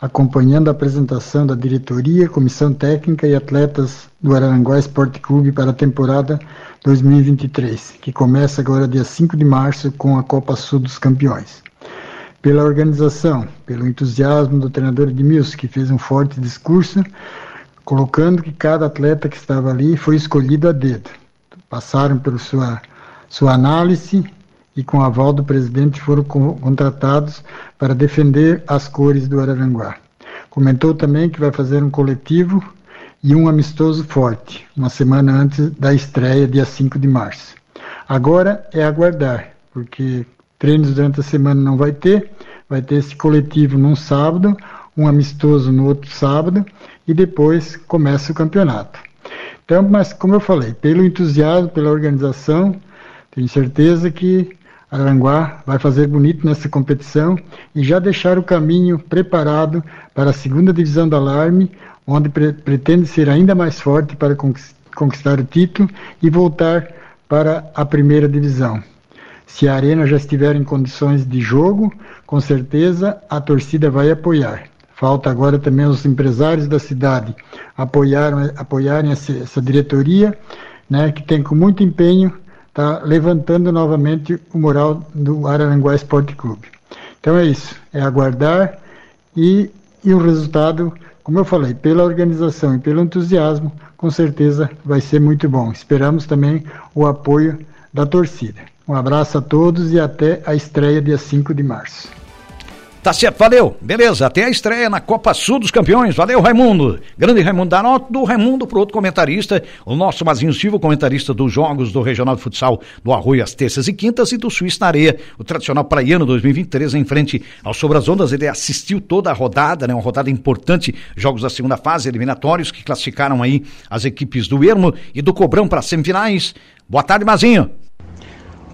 acompanhando a apresentação da diretoria, comissão técnica e atletas do Araranguá Esporte Clube para a temporada 2023, que começa agora dia 5 de março com a Copa Sul dos Campeões. Pela organização, pelo entusiasmo do treinador Edmilson, que fez um forte discurso, colocando que cada atleta que estava ali foi escolhido a dedo. Passaram pela sua, sua análise e com aval do presidente foram contratados para defender as cores do Araranguá. Comentou também que vai fazer um coletivo e um amistoso forte, uma semana antes da estreia, dia 5 de março. Agora é aguardar, porque treinos durante a semana não vai ter, vai ter esse coletivo num sábado, um amistoso no outro sábado e depois começa o campeonato. Então, mas como eu falei, pelo entusiasmo, pela organização, tenho certeza que Aranguá vai fazer bonito nessa competição e já deixar o caminho preparado para a segunda divisão do Alarme, onde pre pretende ser ainda mais forte para conquistar o título e voltar para a primeira divisão. Se a arena já estiver em condições de jogo, com certeza a torcida vai apoiar. Falta agora também os empresários da cidade apoiar, apoiarem essa, essa diretoria, né, que tem com muito empenho está levantando novamente o moral do Araranguá Esporte Clube. Então é isso, é aguardar e, e o resultado, como eu falei, pela organização e pelo entusiasmo, com certeza vai ser muito bom. Esperamos também o apoio da torcida. Um abraço a todos e até a estreia dia 5 de março. Tá certo, valeu. Beleza, até a estreia na Copa Sul dos Campeões. Valeu, Raimundo. Grande Raimundo da nota do Raimundo pro outro comentarista, o nosso Mazinho Silva, comentarista dos jogos do Regional de Futsal do Arroio às terças e quintas e do Suíço na Areia, o tradicional praiano 2023 em frente ao Sobre as Ondas. Ele assistiu toda a rodada, né? Uma rodada importante, jogos da segunda fase, eliminatórios que classificaram aí as equipes do Ermo e do Cobrão para semifinais. Boa tarde, Mazinho.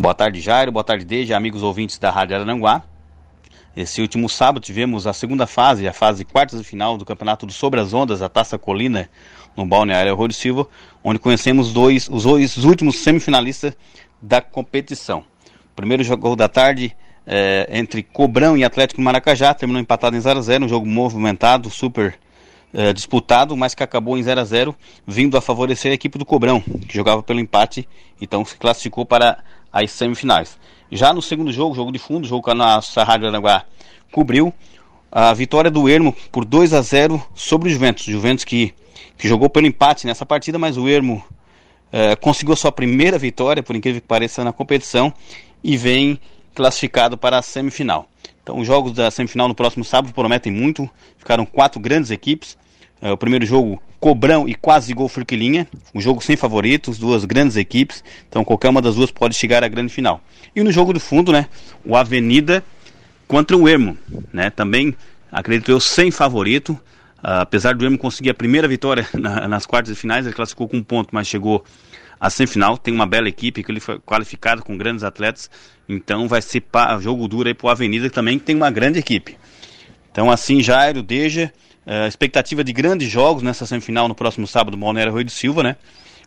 Boa tarde, Jairo. Boa tarde, Deja, amigos ouvintes da Rádio Arananguá. Esse último sábado tivemos a segunda fase, a fase quartas de final do Campeonato do Sobre as Ondas, a Taça Colina, no Balneário Arroio Silva, onde conhecemos dois, os, dois, os últimos semifinalistas da competição. O primeiro jogo da tarde eh, é, entre Cobrão e Atlético Maracajá, terminou empatado em 0 a 0 um jogo movimentado, super eh, disputado, mas que acabou em 0 a 0 vindo a favorecer a equipe do Cobrão, que jogava pelo empate, então se classificou para as semifinais. Já no segundo jogo, jogo de fundo, jogo que a nossa Rádio Aranguá cobriu, a vitória do Ermo por 2 a 0 sobre o Juventus. Juventus que, que jogou pelo empate nessa partida, mas o Ermo eh, conseguiu a sua primeira vitória, por incrível que pareça, na competição e vem classificado para a semifinal. Então, os jogos da semifinal no próximo sábado prometem muito. Ficaram quatro grandes equipes. Eh, o primeiro jogo, Cobrão e quase gol Furquilinha. Um jogo sem favoritos, duas grandes equipes. Então, qualquer uma das duas pode chegar à grande final. E no jogo do fundo, né, o Avenida contra o Ermo, né? Também acredito eu sem favorito. Ah, apesar do Ermo conseguir a primeira vitória [LAUGHS] na- nas quartas de finais, ele classificou com um ponto, mas chegou à semifinal. Tem uma bela equipe que ele foi qualificado com grandes atletas. Então vai ser pa- jogo duro aí pro Avenida, que também tem uma grande equipe. Então, assim, Jairo, Deja, eh, expectativa de grandes jogos nessa semifinal no próximo sábado, Balneário Rui do Silva, né?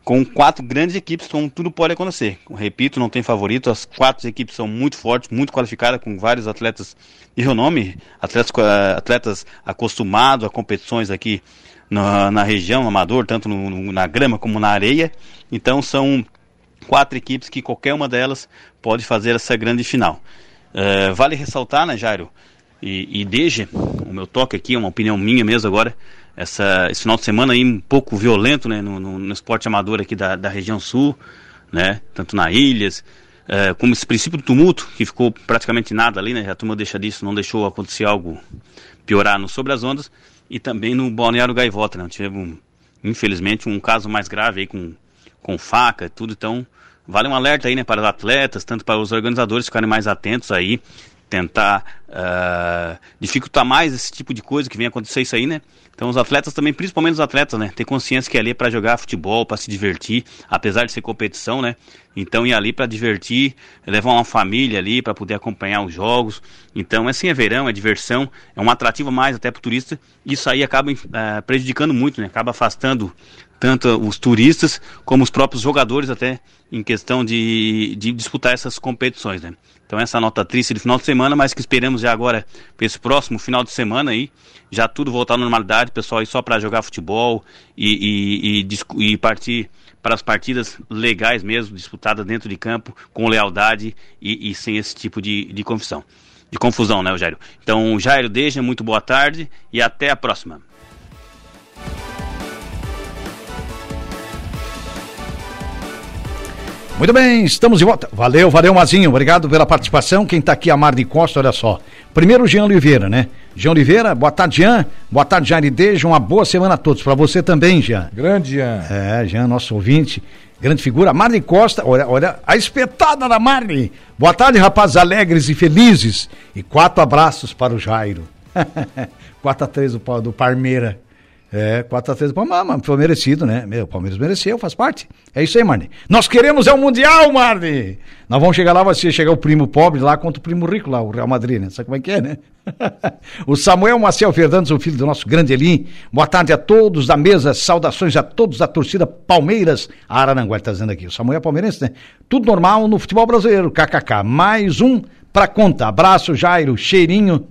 Com quatro grandes equipes, então tudo pode acontecer. Repito, não tem favorito, as quatro equipes são muito fortes, muito qualificadas, com vários atletas de renome, atletas, co- eh, atletas acostumados a competições aqui na, na região, no amador, tanto no- no- na grama como na areia. Então, são quatro equipes que qualquer uma delas pode fazer essa grande final. Eh, vale ressaltar, né, Jairo? E, e desde o meu toque aqui, é uma opinião minha mesmo agora, essa, esse final de semana aí um pouco violento né, no, no- no esporte amador aqui da, da região sul, né, tanto na Ilhas, eh, como esse princípio do tumulto, que ficou praticamente nada ali, né, a turma deixa disso, não deixou acontecer algo piorar no Sobre as Ondas, e também no Balneário Gaivota, né, tivemos, infelizmente, um caso mais grave aí com, com faca, tudo. Então, vale um alerta aí, né, para os atletas, tanto para os organizadores ficarem mais atentos aí, tentar ah, dificultar mais esse tipo de coisa que vem acontecer isso aí, né? Então, os atletas também, principalmente os atletas, né, ter consciência que ali é para jogar futebol, para se divertir, apesar de ser competição, né? Então, ir ali para divertir, levar uma família ali para poder acompanhar os jogos. Então, assim é verão, é diversão, é um atrativo a mais até para o turista. Isso aí acaba ah, prejudicando muito, né? Acaba afastando tanto os turistas como os próprios jogadores até em questão de, de disputar essas competições, né? Então essa nota triste do final de semana, mas que esperamos já agora para esse próximo final de semana aí, já tudo voltar à normalidade, pessoal aí só para jogar futebol e, e, e discu- e partir para as partidas legais mesmo, disputadas dentro de campo, com lealdade e, e sem esse tipo de, de confusão. De confusão, né, Jairo? Então, Jairo, deixa, muito boa tarde e até a próxima. Muito bem, estamos de volta. Valeu, valeu, Mazinho. Obrigado pela participação. Quem está aqui é a Marne Costa, olha só. Primeiro o Jean Oliveira, né? Jean Oliveira, boa tarde, Jean. Boa tarde, Jair Deja. Uma boa semana a todos. Para você também, Jean. Grande, Ian. É, Jean, nosso ouvinte, grande figura. Marne Costa, olha, olha a espetada da Marne. Boa tarde, rapazes alegres e felizes. E quatro abraços para o Jairo. [LAUGHS] 4x3 do, Pa- do Parmeira. É, 4x3 do Palmeiras, mas foi merecido, né? Meu, o Palmeiras mereceu, faz parte. É isso aí, Marne. Nós queremos é o Mundial, Marne! Nós vamos chegar lá, vai ser chegar o primo pobre lá contra o primo rico lá, o Real Madrid, né? Sabe como é que é, né? [LAUGHS] o Samuel Maciel Fernandes, o filho do nosso grande Elim. Boa tarde a todos da mesa, saudações a todos da torcida Palmeiras. A Araranguá está dizendo aqui. O Samuel é palmeirense, né? Tudo normal no futebol brasileiro, kkk. Mais um pra conta. Abraço, Jairo, cheirinho.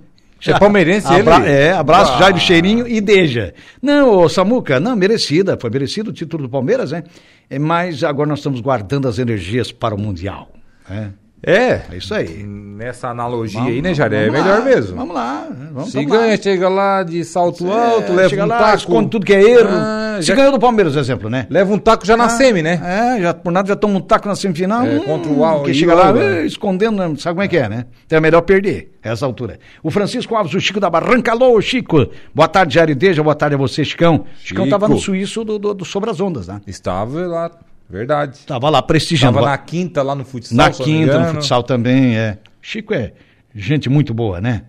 [LAUGHS] É palmeirense ele? É, abraço, Ah. Jairo Cheirinho e Deja. Não, ô, Samuca, não, merecida, foi merecido o título do Palmeiras, né? É, Mas agora nós estamos guardando as energias para o Mundial. né? É. É isso aí. Nessa analogia aí, né, Jaré? É melhor lá, mesmo. Vamos lá. né? Vamos, Se vamos lá. ganha, chega lá de salto alto, É, leva chega um lá, taco. esconde tudo que é erro. Ah, Se já- ganhou do Palmeiras, exemplo, né? Leva um taco já na semi, né? É, já, por nada já toma um taco na semifinal. É, contra o Al- Que e chega lá Alba. eh, escondendo, né? sabe como é que é, né? Então é melhor perder a essa altura. O Francisco Alves, o Chico da Barranca. Alô, Chico. Boa tarde, Jarideja. Boa tarde a você, Chicão. Chicão Chico. tava no suíço do, do, do Sobre as Ondas, né? Estava lá, verdade. Tava lá prestigiando. Estava na quinta lá no futsal. Tá. Na se eu não me quinta, no engano. futsal também, é. Chico é gente muito boa, né?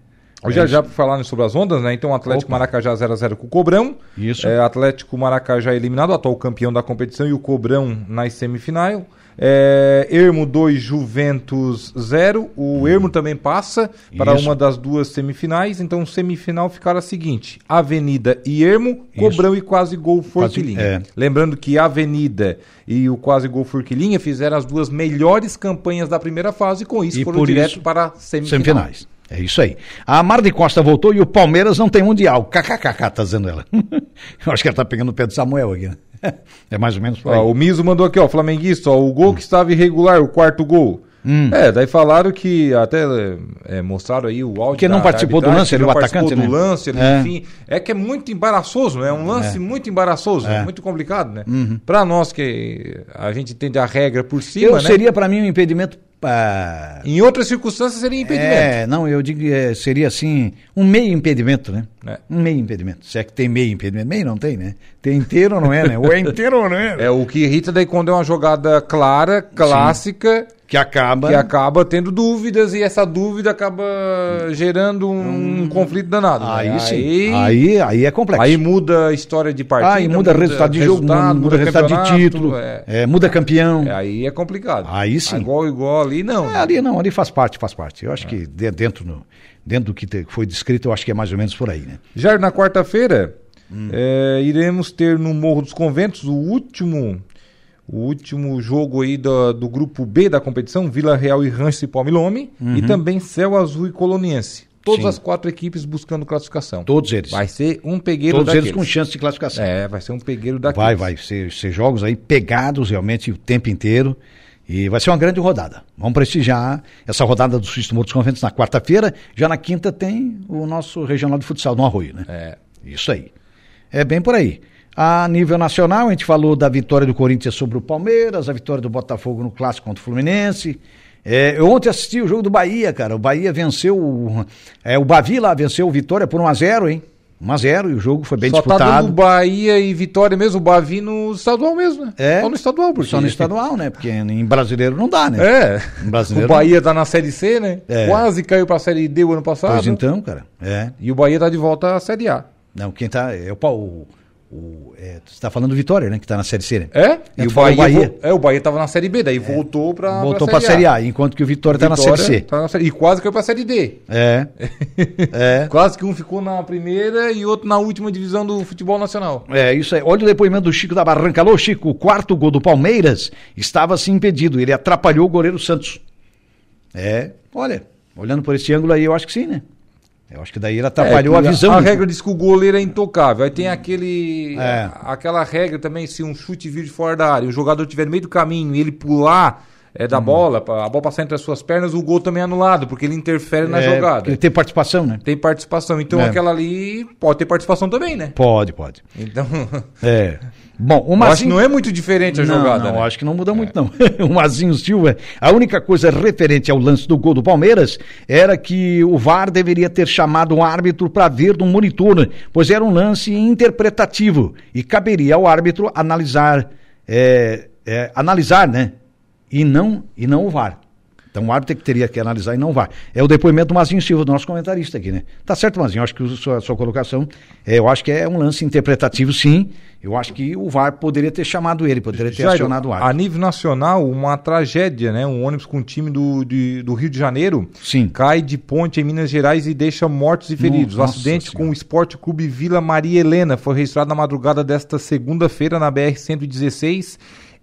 Hoje já já por falar sobre as ondas, né? Então Atlético Maracajá 0x0 com o Cobrão. Isso. É, Atlético Maracajá eliminado, atual campeão da competição, e o Cobrão nas semifinais. É, Ermo 2, Juventus 0. O Ermo também passa para Hum. Isso. uma das duas semifinais. Então, semifinal ficará a seguinte: Avenida e Ermo, Cobrão e quase gol Forquilinha. é. Lembrando que a Avenida e o quase gol Forquilinha fizeram as duas melhores campanhas da primeira fase, e com isso E foram por direto isso, para a semifinal. Semifinais. É isso aí. A Mar de Costa voltou e o Palmeiras não tem mundial. KKKK, tá dizendo ela. [LAUGHS] Eu acho que ela tá pegando o pé do Samuel aqui, né? [LAUGHS] É mais ou menos por aí. Hum. Ó, Ah, o Miso mandou aqui, ó, flamenguista, ó, o gol que estava irregular, o quarto gol. É, daí falaram que até é, mostraram aí o áudio. Que ele não participou do arbitragem, lance, que ele é o não participou atacante, do né? lance, ele, É. enfim. É que é muito embaraçoso, né? É um lance muito embaraçoso, É. Uhum. muito complicado, né? Pra nós que a gente entende a regra por cima, Eu né? seria pra mim um impedimento. ah, Em outras circunstâncias seria impedimento. É, não, eu digo é, seria assim, um meio impedimento, né? É. Um meio impedimento. Se é que tem meio impedimento. Meio não tem, né? Tem inteiro ou não é, né? Ou é inteiro ou não é. É. o que irrita daí quando é uma jogada clara, clássica, Que acaba. que acaba tendo dúvidas e essa dúvida acaba gerando um, conflito danado. né? Hum. Aí, sim. Aí, aí é complexo. Aí muda a história de partida. Aí muda, resultado de jogo, muda, muda resultado de campeonato, título, É. é, muda campeão. É, aí é complicado. Aí sim. Igual, igual ali, não. É, ali não, ali faz parte, faz parte. Eu acho que de- dentro, no- dentro do que te- foi descrito, eu acho que é mais ou menos por aí, né? Já na quarta-feira, Hum. é, iremos ter no Morro dos Conventos o último o último jogo aí do, do grupo B da competição, Vila Real e Rancho e Palmilome, e também Céu Azul e Coloniense. Todas Uhum. Sim. as quatro equipes buscando classificação. Todos eles. Vai ser um pegueiro Todos daqueles. eles com chance de classificação. É, vai ser um pegueiro daqueles. Vai, vai ser, ser jogos aí pegados realmente o tempo inteiro. E vai ser uma grande rodada. Vamos prestigiar essa rodada do Suíço Mortos Conventos na quarta-feira. Já na quinta tem o nosso regional de futsal no Arroio, né? É. Isso aí. É bem por aí. A nível nacional, a gente falou da vitória do Corinthians sobre o Palmeiras, a vitória do Botafogo no clássico contra o Fluminense. É, eu ontem assisti o jogo do Bahia, cara. O Bahia venceu. O, é, o Bavi lá venceu o Vitória por 1x0, hein? 1x0 e o jogo foi bem Só disputado. tá dando Bahia e Vitória mesmo, o Bavi no estadual mesmo, né? É. Só no estadual, porque... [LAUGHS] Só no estadual, né? Porque em brasileiro não dá, né? É. Em brasileiro O Bahia tá na Série C, né? É. Quase caiu pra Série D o ano passado. Pois então, cara. É. E o Bahia tá de volta à Série A. Não, quem tá. É o. Pau- o, o é, você tá falando do Vitória, né? Que tá na Série C, né? É? É, E tu o falou Bahia, Bahia. É, o Bahia tava na Série B, daí voltou pra Voltou pra Série A, enquanto que o Vitória, tá na Série C. Tá na série... E quase caiu pra Série D. É. é. Quase que um ficou na primeira e outro na última divisão do futebol nacional. É isso aí. Olha o depoimento do Chico da Barranca. Alô, Chico, o quarto gol do Palmeiras estava assim impedido. Ele atrapalhou o goleiro Santos. É, olha, olhando por esse ângulo aí, eu acho que sim, né? Eu acho que daí ele atrapalhou É, a que visão. A do- regra diz que o goleiro é intocável. Aí tem aquele. É. Aquela regra também, se um chute vir de fora da área, o jogador estiver no meio do caminho e ele pular é, Hum. da bola, pra- a bola passar entre as suas pernas, o gol também é anulado, porque ele interfere na É, jogada. Ele tem participação, né? Tem participação. Então É. aquela ali pode ter participação também, né? Pode, pode. Então. [LAUGHS] É. Bom, o eu acho que Mazinho. não é muito diferente a Não, jogada. não, né? acho que não muda muito, não. [LAUGHS] o Mazinho Silva, a única coisa referente ao lance do gol do Palmeiras era que o VAR deveria ter chamado um árbitro para ver no monitor, pois era um lance interpretativo e caberia ao árbitro analisar, é, é, analisar, né? E não, e não o VAR. Então o árbitro é que teria que analisar e não o VAR. É o depoimento do Mazinho Silva, do nosso comentarista aqui, né? Tá certo, Mazinho, eu acho que a sua, sua colocação, é, eu acho que é um lance interpretativo, sim. Eu acho que o VAR poderia ter chamado ele, poderia ter Jairo, acionado o árbitro. a nível nacional, uma tragédia, né? Um ônibus com o time do, de- do Rio de Janeiro Sim. cai de ponte em Minas Gerais e deixa mortos e feridos. Nossa o acidente Senhora. com o Esporte Clube Vila Maria Helena foi registrado na madrugada desta segunda-feira na BR-116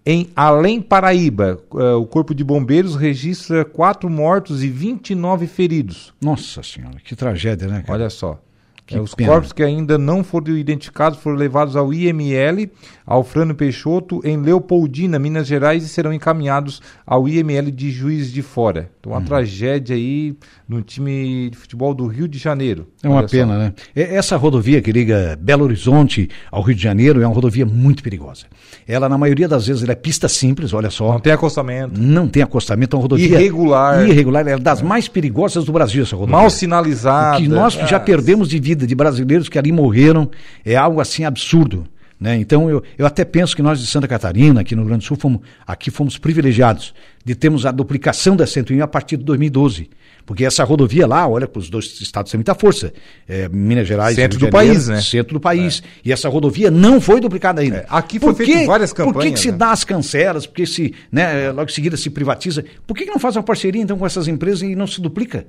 em Além Paraíba. Eh, O Corpo de Bombeiros registra quatro mortos e 29 feridos. Nossa senhora, que tragédia, né? Cara? Olha só. Que É, os pena. corpos que ainda não foram identificados foram levados ao IML, ao Frano Peixoto, em Leopoldina, Minas Gerais, e serão encaminhados ao IML de Juiz de Fora. Então, Uhum. uma tragédia aí no time de futebol do Rio de Janeiro. É uma Olha só. pena, né? E- Essa rodovia que liga Belo Horizonte ao Rio de Janeiro é uma rodovia muito perigosa. Ela, na maioria das vezes, ela é pista simples, olha só. Não tem acostamento, Não tem acostamento, é uma rodovia Irregular. irregular, é das mais perigosas do Brasil essa rodovia. mal Uhum. O sinalizado. É. que nós já perdemos de vida de brasileiros que ali morreram é algo assim absurdo. Né? Então eu, eu até penso que nós de Santa Catarina, aqui no Rio Grande do Sul, fomos, aqui fomos privilegiados de termos a duplicação da 101 a partir de 2012. Porque essa rodovia lá, olha, os dois estados têm muita força. É, Minas Gerais, Centro Rio de do Janeiro, país, né? Centro do país. E essa rodovia não foi duplicada ainda. É, aqui foi feito várias Por que, que campanhas, se né? dá as cancelas? Por que se, né, logo em seguida se privatiza? Por que, que não faz uma parceria então com essas empresas e não se duplica?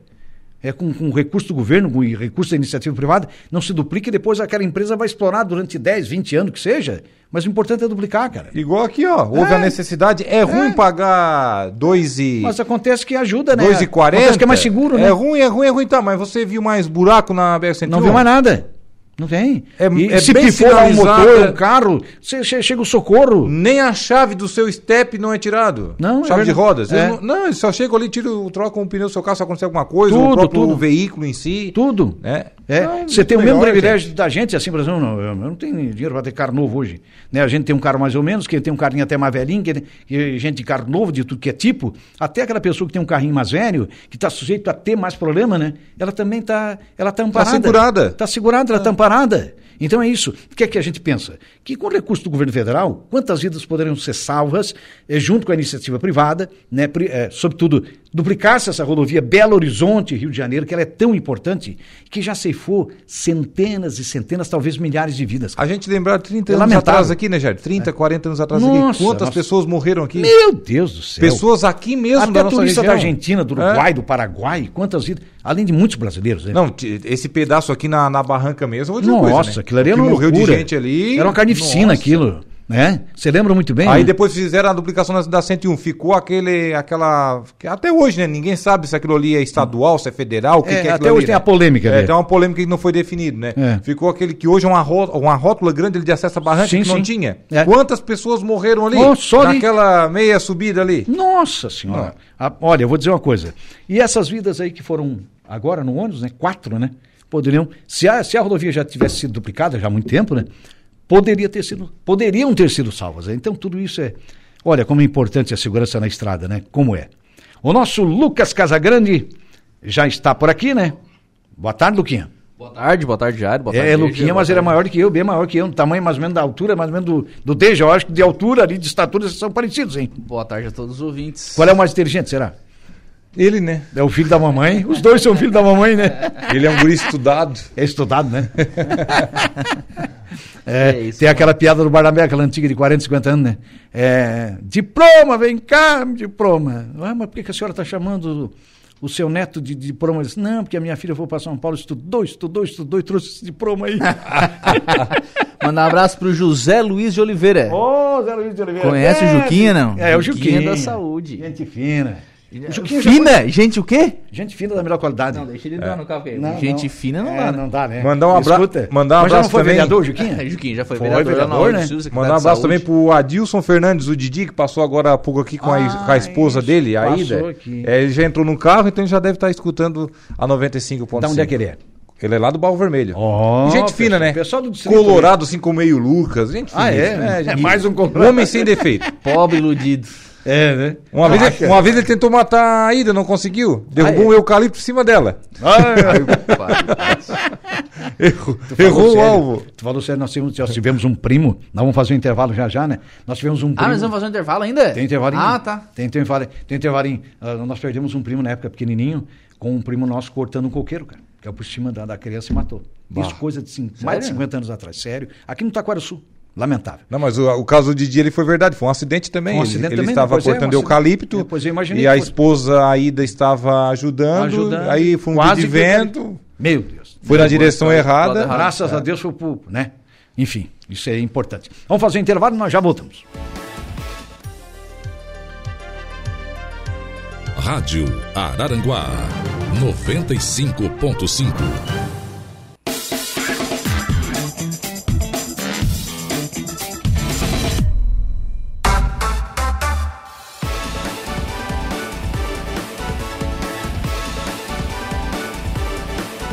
é, com, com recurso do governo, com recurso da iniciativa privada, não se duplica e depois aquela empresa vai explorar durante 10, 20 anos que seja. Mas o importante é duplicar, cara. Igual aqui, ó. Houve É. a necessidade. É ruim pagar dois e. Mas acontece que ajuda, né? dois e quarenta. Acontece que é mais seguro, né? É ruim, é ruim, é ruim. Tá, mas você viu mais buraco na BR-101? Não viu mais nada. Não tem. É- e é se bem pifar um sinalizada. motor, um carro, você che- chega o socorro. Nem a chave do seu step não é tirado. Não, é Chave de verdade. rodas. É. Eles Não, não, eles só chegam ali, tiram, trocam o pneu do seu carro se acontecer alguma coisa, ou Tudo, o próprio tudo. veículo em si. Tudo. Né? É, Não, você tem o melhor, é. mesmo privilégio da gente, assim, por exemplo, não, eu eu não tenho dinheiro para ter carro novo hoje. Né? A gente tem um carro mais ou menos, que tem um carrinho até mais velhinho, que, que gente de carro novo, de tudo que é tipo, até aquela pessoa que tem um carrinho mais velho, que está sujeito a ter mais problema, né? Ela também está ela tá amparada. segurada. Está segurada, Ah. ela está amparada. Então é isso. O que é que a gente pensa? Que com o recurso do governo federal, quantas vidas poderiam ser salvas, eh, junto com a iniciativa privada, né, pri- eh, sobretudo, duplicasse essa rodovia Belo Horizonte, Rio de Janeiro, que ela é tão importante, que já ceifou centenas e centenas, talvez milhares de vidas. A gente lembrar 30 É anos lamentável. É. atrás aqui, né, Jair? 30, 40 anos atrás Nossa, aqui. Quantas nossa. pessoas morreram aqui? Meu Deus do céu. Pessoas aqui mesmo Até da nossa turista da região. Argentina, do É. Uruguai, do Paraguai, quantas vidas, além de muitos brasileiros, né? Não, t- esse pedaço aqui na, na barranca mesmo, eu vou dizer uma Nossa, coisa, né? aquilo ali era O que uma morreu de loucura. gente ali. Era uma carnificina Nossa. aquilo, né? Você lembra muito bem? Aí né? depois fizeram a duplicação da, da 101, ficou aquele, aquela, que até hoje, né? Ninguém sabe se aquilo ali é estadual, se é federal, o que, É, que é aquilo até ali, hoje tem né? a polêmica É, dele. tem uma polêmica que não foi definido, né? É. Ficou aquele que hoje é uma, ró- uma rótula grande ali de acesso à barranca Sim, que não sim. tinha. É. Quantas pessoas morreram ali? Oh, só ali. naquela meia subida ali? Nossa senhora. Ah, olha, eu vou dizer uma coisa. E essas vidas aí que foram agora no ônibus, né? Quatro, né? Poderiam. Se a, se a rodovia já tivesse sido duplicada já há muito tempo, né? Poderia ter sido, poderiam ter sido salvas. né? Então tudo isso é. Olha como é importante a segurança na estrada, né? Como é. O nosso Lucas Casagrande já está por aqui, né? Boa tarde, Luquinha. Boa tarde, boa tarde, Jair. Boa tarde, É, é Deja, Luquinha, boa mas ele é tarde. maior que eu, bem maior que eu, no tamanho mais ou menos da altura, mais ou menos do, do Deja. Eu acho que de altura ali, de estatura, vocês são parecidos, hein? Boa tarde a todos os ouvintes. Qual é o mais inteligente, será? Ele, né? É o filho da mamãe. Os dois são filho da mamãe, né? Ele é um guri estudado. É estudado, né? É, É isso, tem aquela piada do Barnabé, aquela antiga de 40, 50 anos, né? É, diploma, vem cá, diploma. Ah, mas por que, que a senhora está chamando o, o seu neto de, de diploma? Ele disse, não, porque a minha filha foi para São Paulo, estudou, estudou, estudou e trouxe esse diploma aí. Mandar um abraço pro José Luiz de Oliveira. Ô, Zé Luiz de Oliveira. Conhece o Juquinha, não? É, o Juquinha. Juquinha da saúde. Gente fina. O Juquinha já Fina? Gente, o quê? foi- Gente fina da melhor qualidade. deixa ele dar no carro aí. Não, Gente não. fina não É, dá, né? não dá, né? Mandar um abra- Escuta, mandar um mas já abraço não foi também. vereador, Juquinha? É, Juquinha já foi, Foi vereador, vereador, vereador né? de Souza, Mandar um abraço também pro Adilson Fernandes, o Didi, que passou agora há pouco aqui com, a, es- com a Ah, esposa isso, dele, a passou Ida. aqui. É, ele já entrou num carro, então ele já deve estar escutando a 95.5. Da onde é que ele é? Ele é lá do Barro Vermelho. Ó, gente fina, pessoal- né? pessoal do distrito Colorado, assim como meio Lucas. Gente Ah, é? né? É Gente mais fina. um colorado. Homem sem defeito. Pobre iludido. É, né? [LAUGHS] Uma vez, ele, uma vez ele tentou matar a Ida, não conseguiu. Ah, Derrubou é? um eucalipto em cima dela. é. Errou, Falou errou o sério. alvo. Tu falou sério, nós tivemos, nós tivemos um primo, nós vamos fazer um intervalo já já, né? Nós tivemos um primo. ah, nós vamos fazer um intervalo ainda? Tem intervalinho. Ah, tá. Tem intervalinho. Tem intervalinho. Ah, nós perdemos um primo na época pequenininho, com um primo nosso cortando um coqueiro, cara. Que é por cima da, da criança e matou. Isso coisa de cin- mais de 50 anos atrás, sério. Aqui no Taquara Sul. Lamentável. Não, mas o, o caso do Didi ele foi verdade, foi um acidente também. Foi um Ele- acidente ele também, estava pois é, um cortando acidente. eucalipto. É, pois eu imaginei E a que fosse. esposa Aida estava ajudando. Ajudando. Aí foi um Quase de que eu- vento, Meu Deus. foi na direção foi- errada. foi- Graças a Deus foi pro, né? Enfim, isso é importante. Vamos fazer um intervalo, nós já voltamos. Rádio Araranguá 95.5.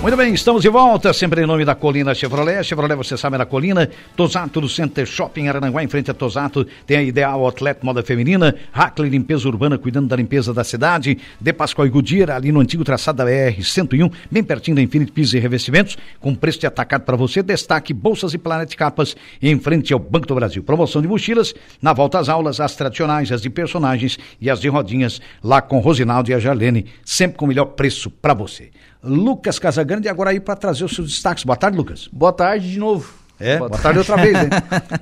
Muito bem, estamos de volta, sempre em nome da Colina Chevrolet. Chevrolet, você sabe, é na Colina. Tosato do Center Shopping Arananguá, em frente a Tosato, tem a Ideal Outlet Moda Feminina, Hackley Limpeza Urbana, cuidando da limpeza da cidade, De Pascoal e Goodyear, ali no antigo traçado da BR-101, bem pertinho da Infinity Pisos e Revestimentos, com preço de atacado para você. Destaque Bolsas e Planet Capas, em frente ao Banco do Brasil. Promoção de mochilas, na volta às aulas, as tradicionais, as de personagens e as de rodinhas, lá com Rosinaldo e a Jarlene, sempre com o melhor preço para você. Lucas Casagrande, agora aí para trazer os seus destaques. Boa tarde, Lucas. Boa tarde de novo. É, boa, tarde outra vez, [LAUGHS] hein?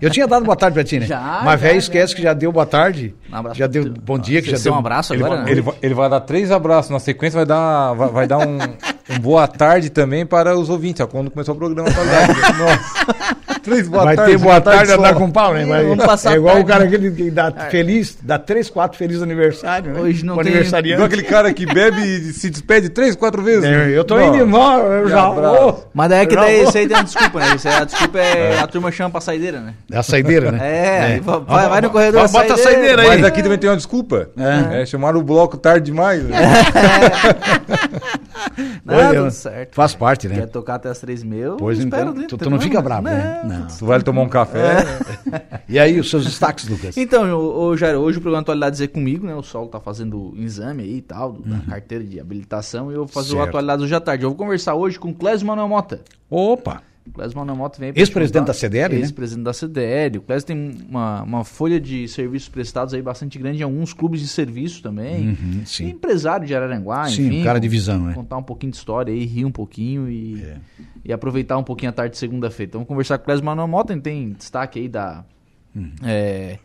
Eu tinha dado boa tarde pra ti, né? Já, Mas já, velho já. esquece que já deu boa tarde. Um abraço já pra deu tu. bom dia, que já Você deu deu um abraço agora, né? Ele, vai- ele vai dar três abraços na sequência, vai dar, vai, vai dar um, Um boa tarde também para os ouvintes. ó, Quando começou o programa, boa tarde. Nossa. Três boa É. tá vai tarde. ter boa tarde tarde, só. andar com pau, né? Vai- Vamos passar é igual tarde. né? É. o cara que, ele- que dá feliz, dá três, quatro felizes aniversário, né? Hoje não Pro tem- Igual aniversariante. aquele cara que bebe e se despede três, quatro vezes. né? É, Eu tô Nossa. indo embora, eu Que já abraço. vou. Mas daí é que Já daí vou. isso aí tem uma desculpa, né? Isso aí, a desculpa é, a turma chama pra saideira, né? É a saideira, né? É, aí va- vai, vai no corredor. Vai, bota a saideira aí. Mas aqui também tem uma desculpa. É. chamaram o bloco tarde demais. né? Não, Olha, tudo certo. Faz parte, Quer né? tocar até as três mil? Pois então, tu, tu não fica bravo, né? Não. Tu vai tomar um café. E aí, os seus destaques, Lucas? Então, ô, ô, Jairo, hoje o programa Atualidades é comigo, né? O Sol tá fazendo exame aí e tal, do- da carteira de habilitação, e eu vou fazer o Certo. Atualidades hoje à tarde. Eu vou conversar hoje com o Clésio Manuel Mota. Opa! O Clésio Manuel Mota vem... pra Ex-presidente te da contar- CDL, né? Ex-presidente da CDL. O Clésio tem uma, uma folha de serviços prestados aí bastante grande em alguns clubes de serviço também. Uhum, E sim. Empresário de Araranguá, Sim, enfim. um cara de visão, né? É. Contar um pouquinho de história aí, rir um pouquinho e, e aproveitar um pouquinho a tarde de segunda-feira. Então, vamos conversar com o Clésio Manuel Mota, ele tem destaque aí da... Uhum. é,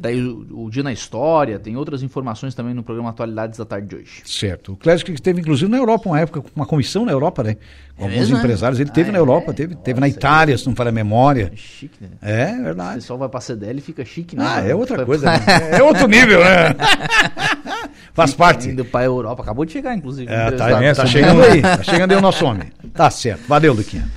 daí o, o Dia na História, tem outras informações também no programa Atualidades da Tarde de hoje. Certo. O Clésio que esteve, inclusive, na Europa, uma época, com uma comissão na Europa, né? Com É alguns mesmo, é? empresários. Ele Ah, teve na é? Europa, teve, teve na Itália, se não falha a memória. É chique, né? É, O verdade. pessoal vai pra CDL e fica chique, né? Ah, é outra Vai coisa. né? É outro nível, [LAUGHS] né? Faz pra- parte. Indo pra Europa, acabou de chegar, inclusive. É, tá, Empresário. tá chegando aí. Tá chegando aí o nosso homem. Tá certo. Valeu, Luquinha.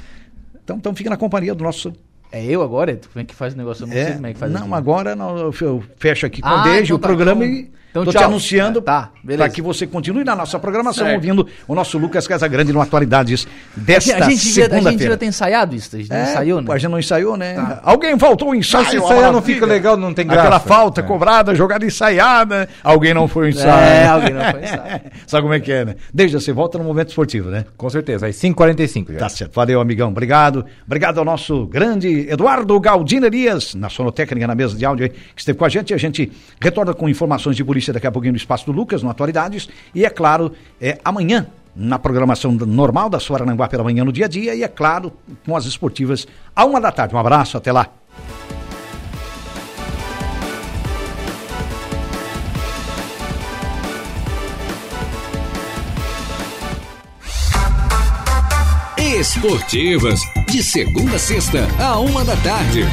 Então, então fica na companhia do nosso. É eu agora? Como é que faz o negócio? Eu não sei como é que faz não, aqui. agora não, eu fe- eu fecho aqui com Ah, o Dejo então o tá, programa então- e então tô te tchau. anunciando Tá, beleza. para que você continue na nossa programação Certo. ouvindo o nosso Lucas Casagrande no Atualidades A gente- desta A gente, devia- a gente segunda-feira. já tem ensaiado isso, tá a gente não É, ensaiou, né? A gente não ensaiou, né? Alguém faltou o ensaio. Mas se a ensaiar não maravilha. fica legal, não tem Aquela graça. falta É. cobrada, jogada ensaiada. Alguém não foi o ensaio. né? É, alguém não [LAUGHS] foi ensaiar. Sabe como é que é, né? Desde você volta no momento esportivo, né? Com certeza. Às 5h45 já. Tá certo. Valeu, amigão. Obrigado. Obrigado ao nosso grande Eduardo Galdino Elias, na sonotécnica, na mesa de áudio, aí, que esteve com a gente. A gente retorna com informações de polícia daqui a pouquinho no Espaço do Lucas, no Atualidades. E, é claro, é, amanhã, na programação normal da Suarananguá pela manhã, no dia a dia. E, é claro, com as esportivas, à uma da tarde. Um abraço, até lá. Esportivas, de segunda a sexta, a uma da tarde.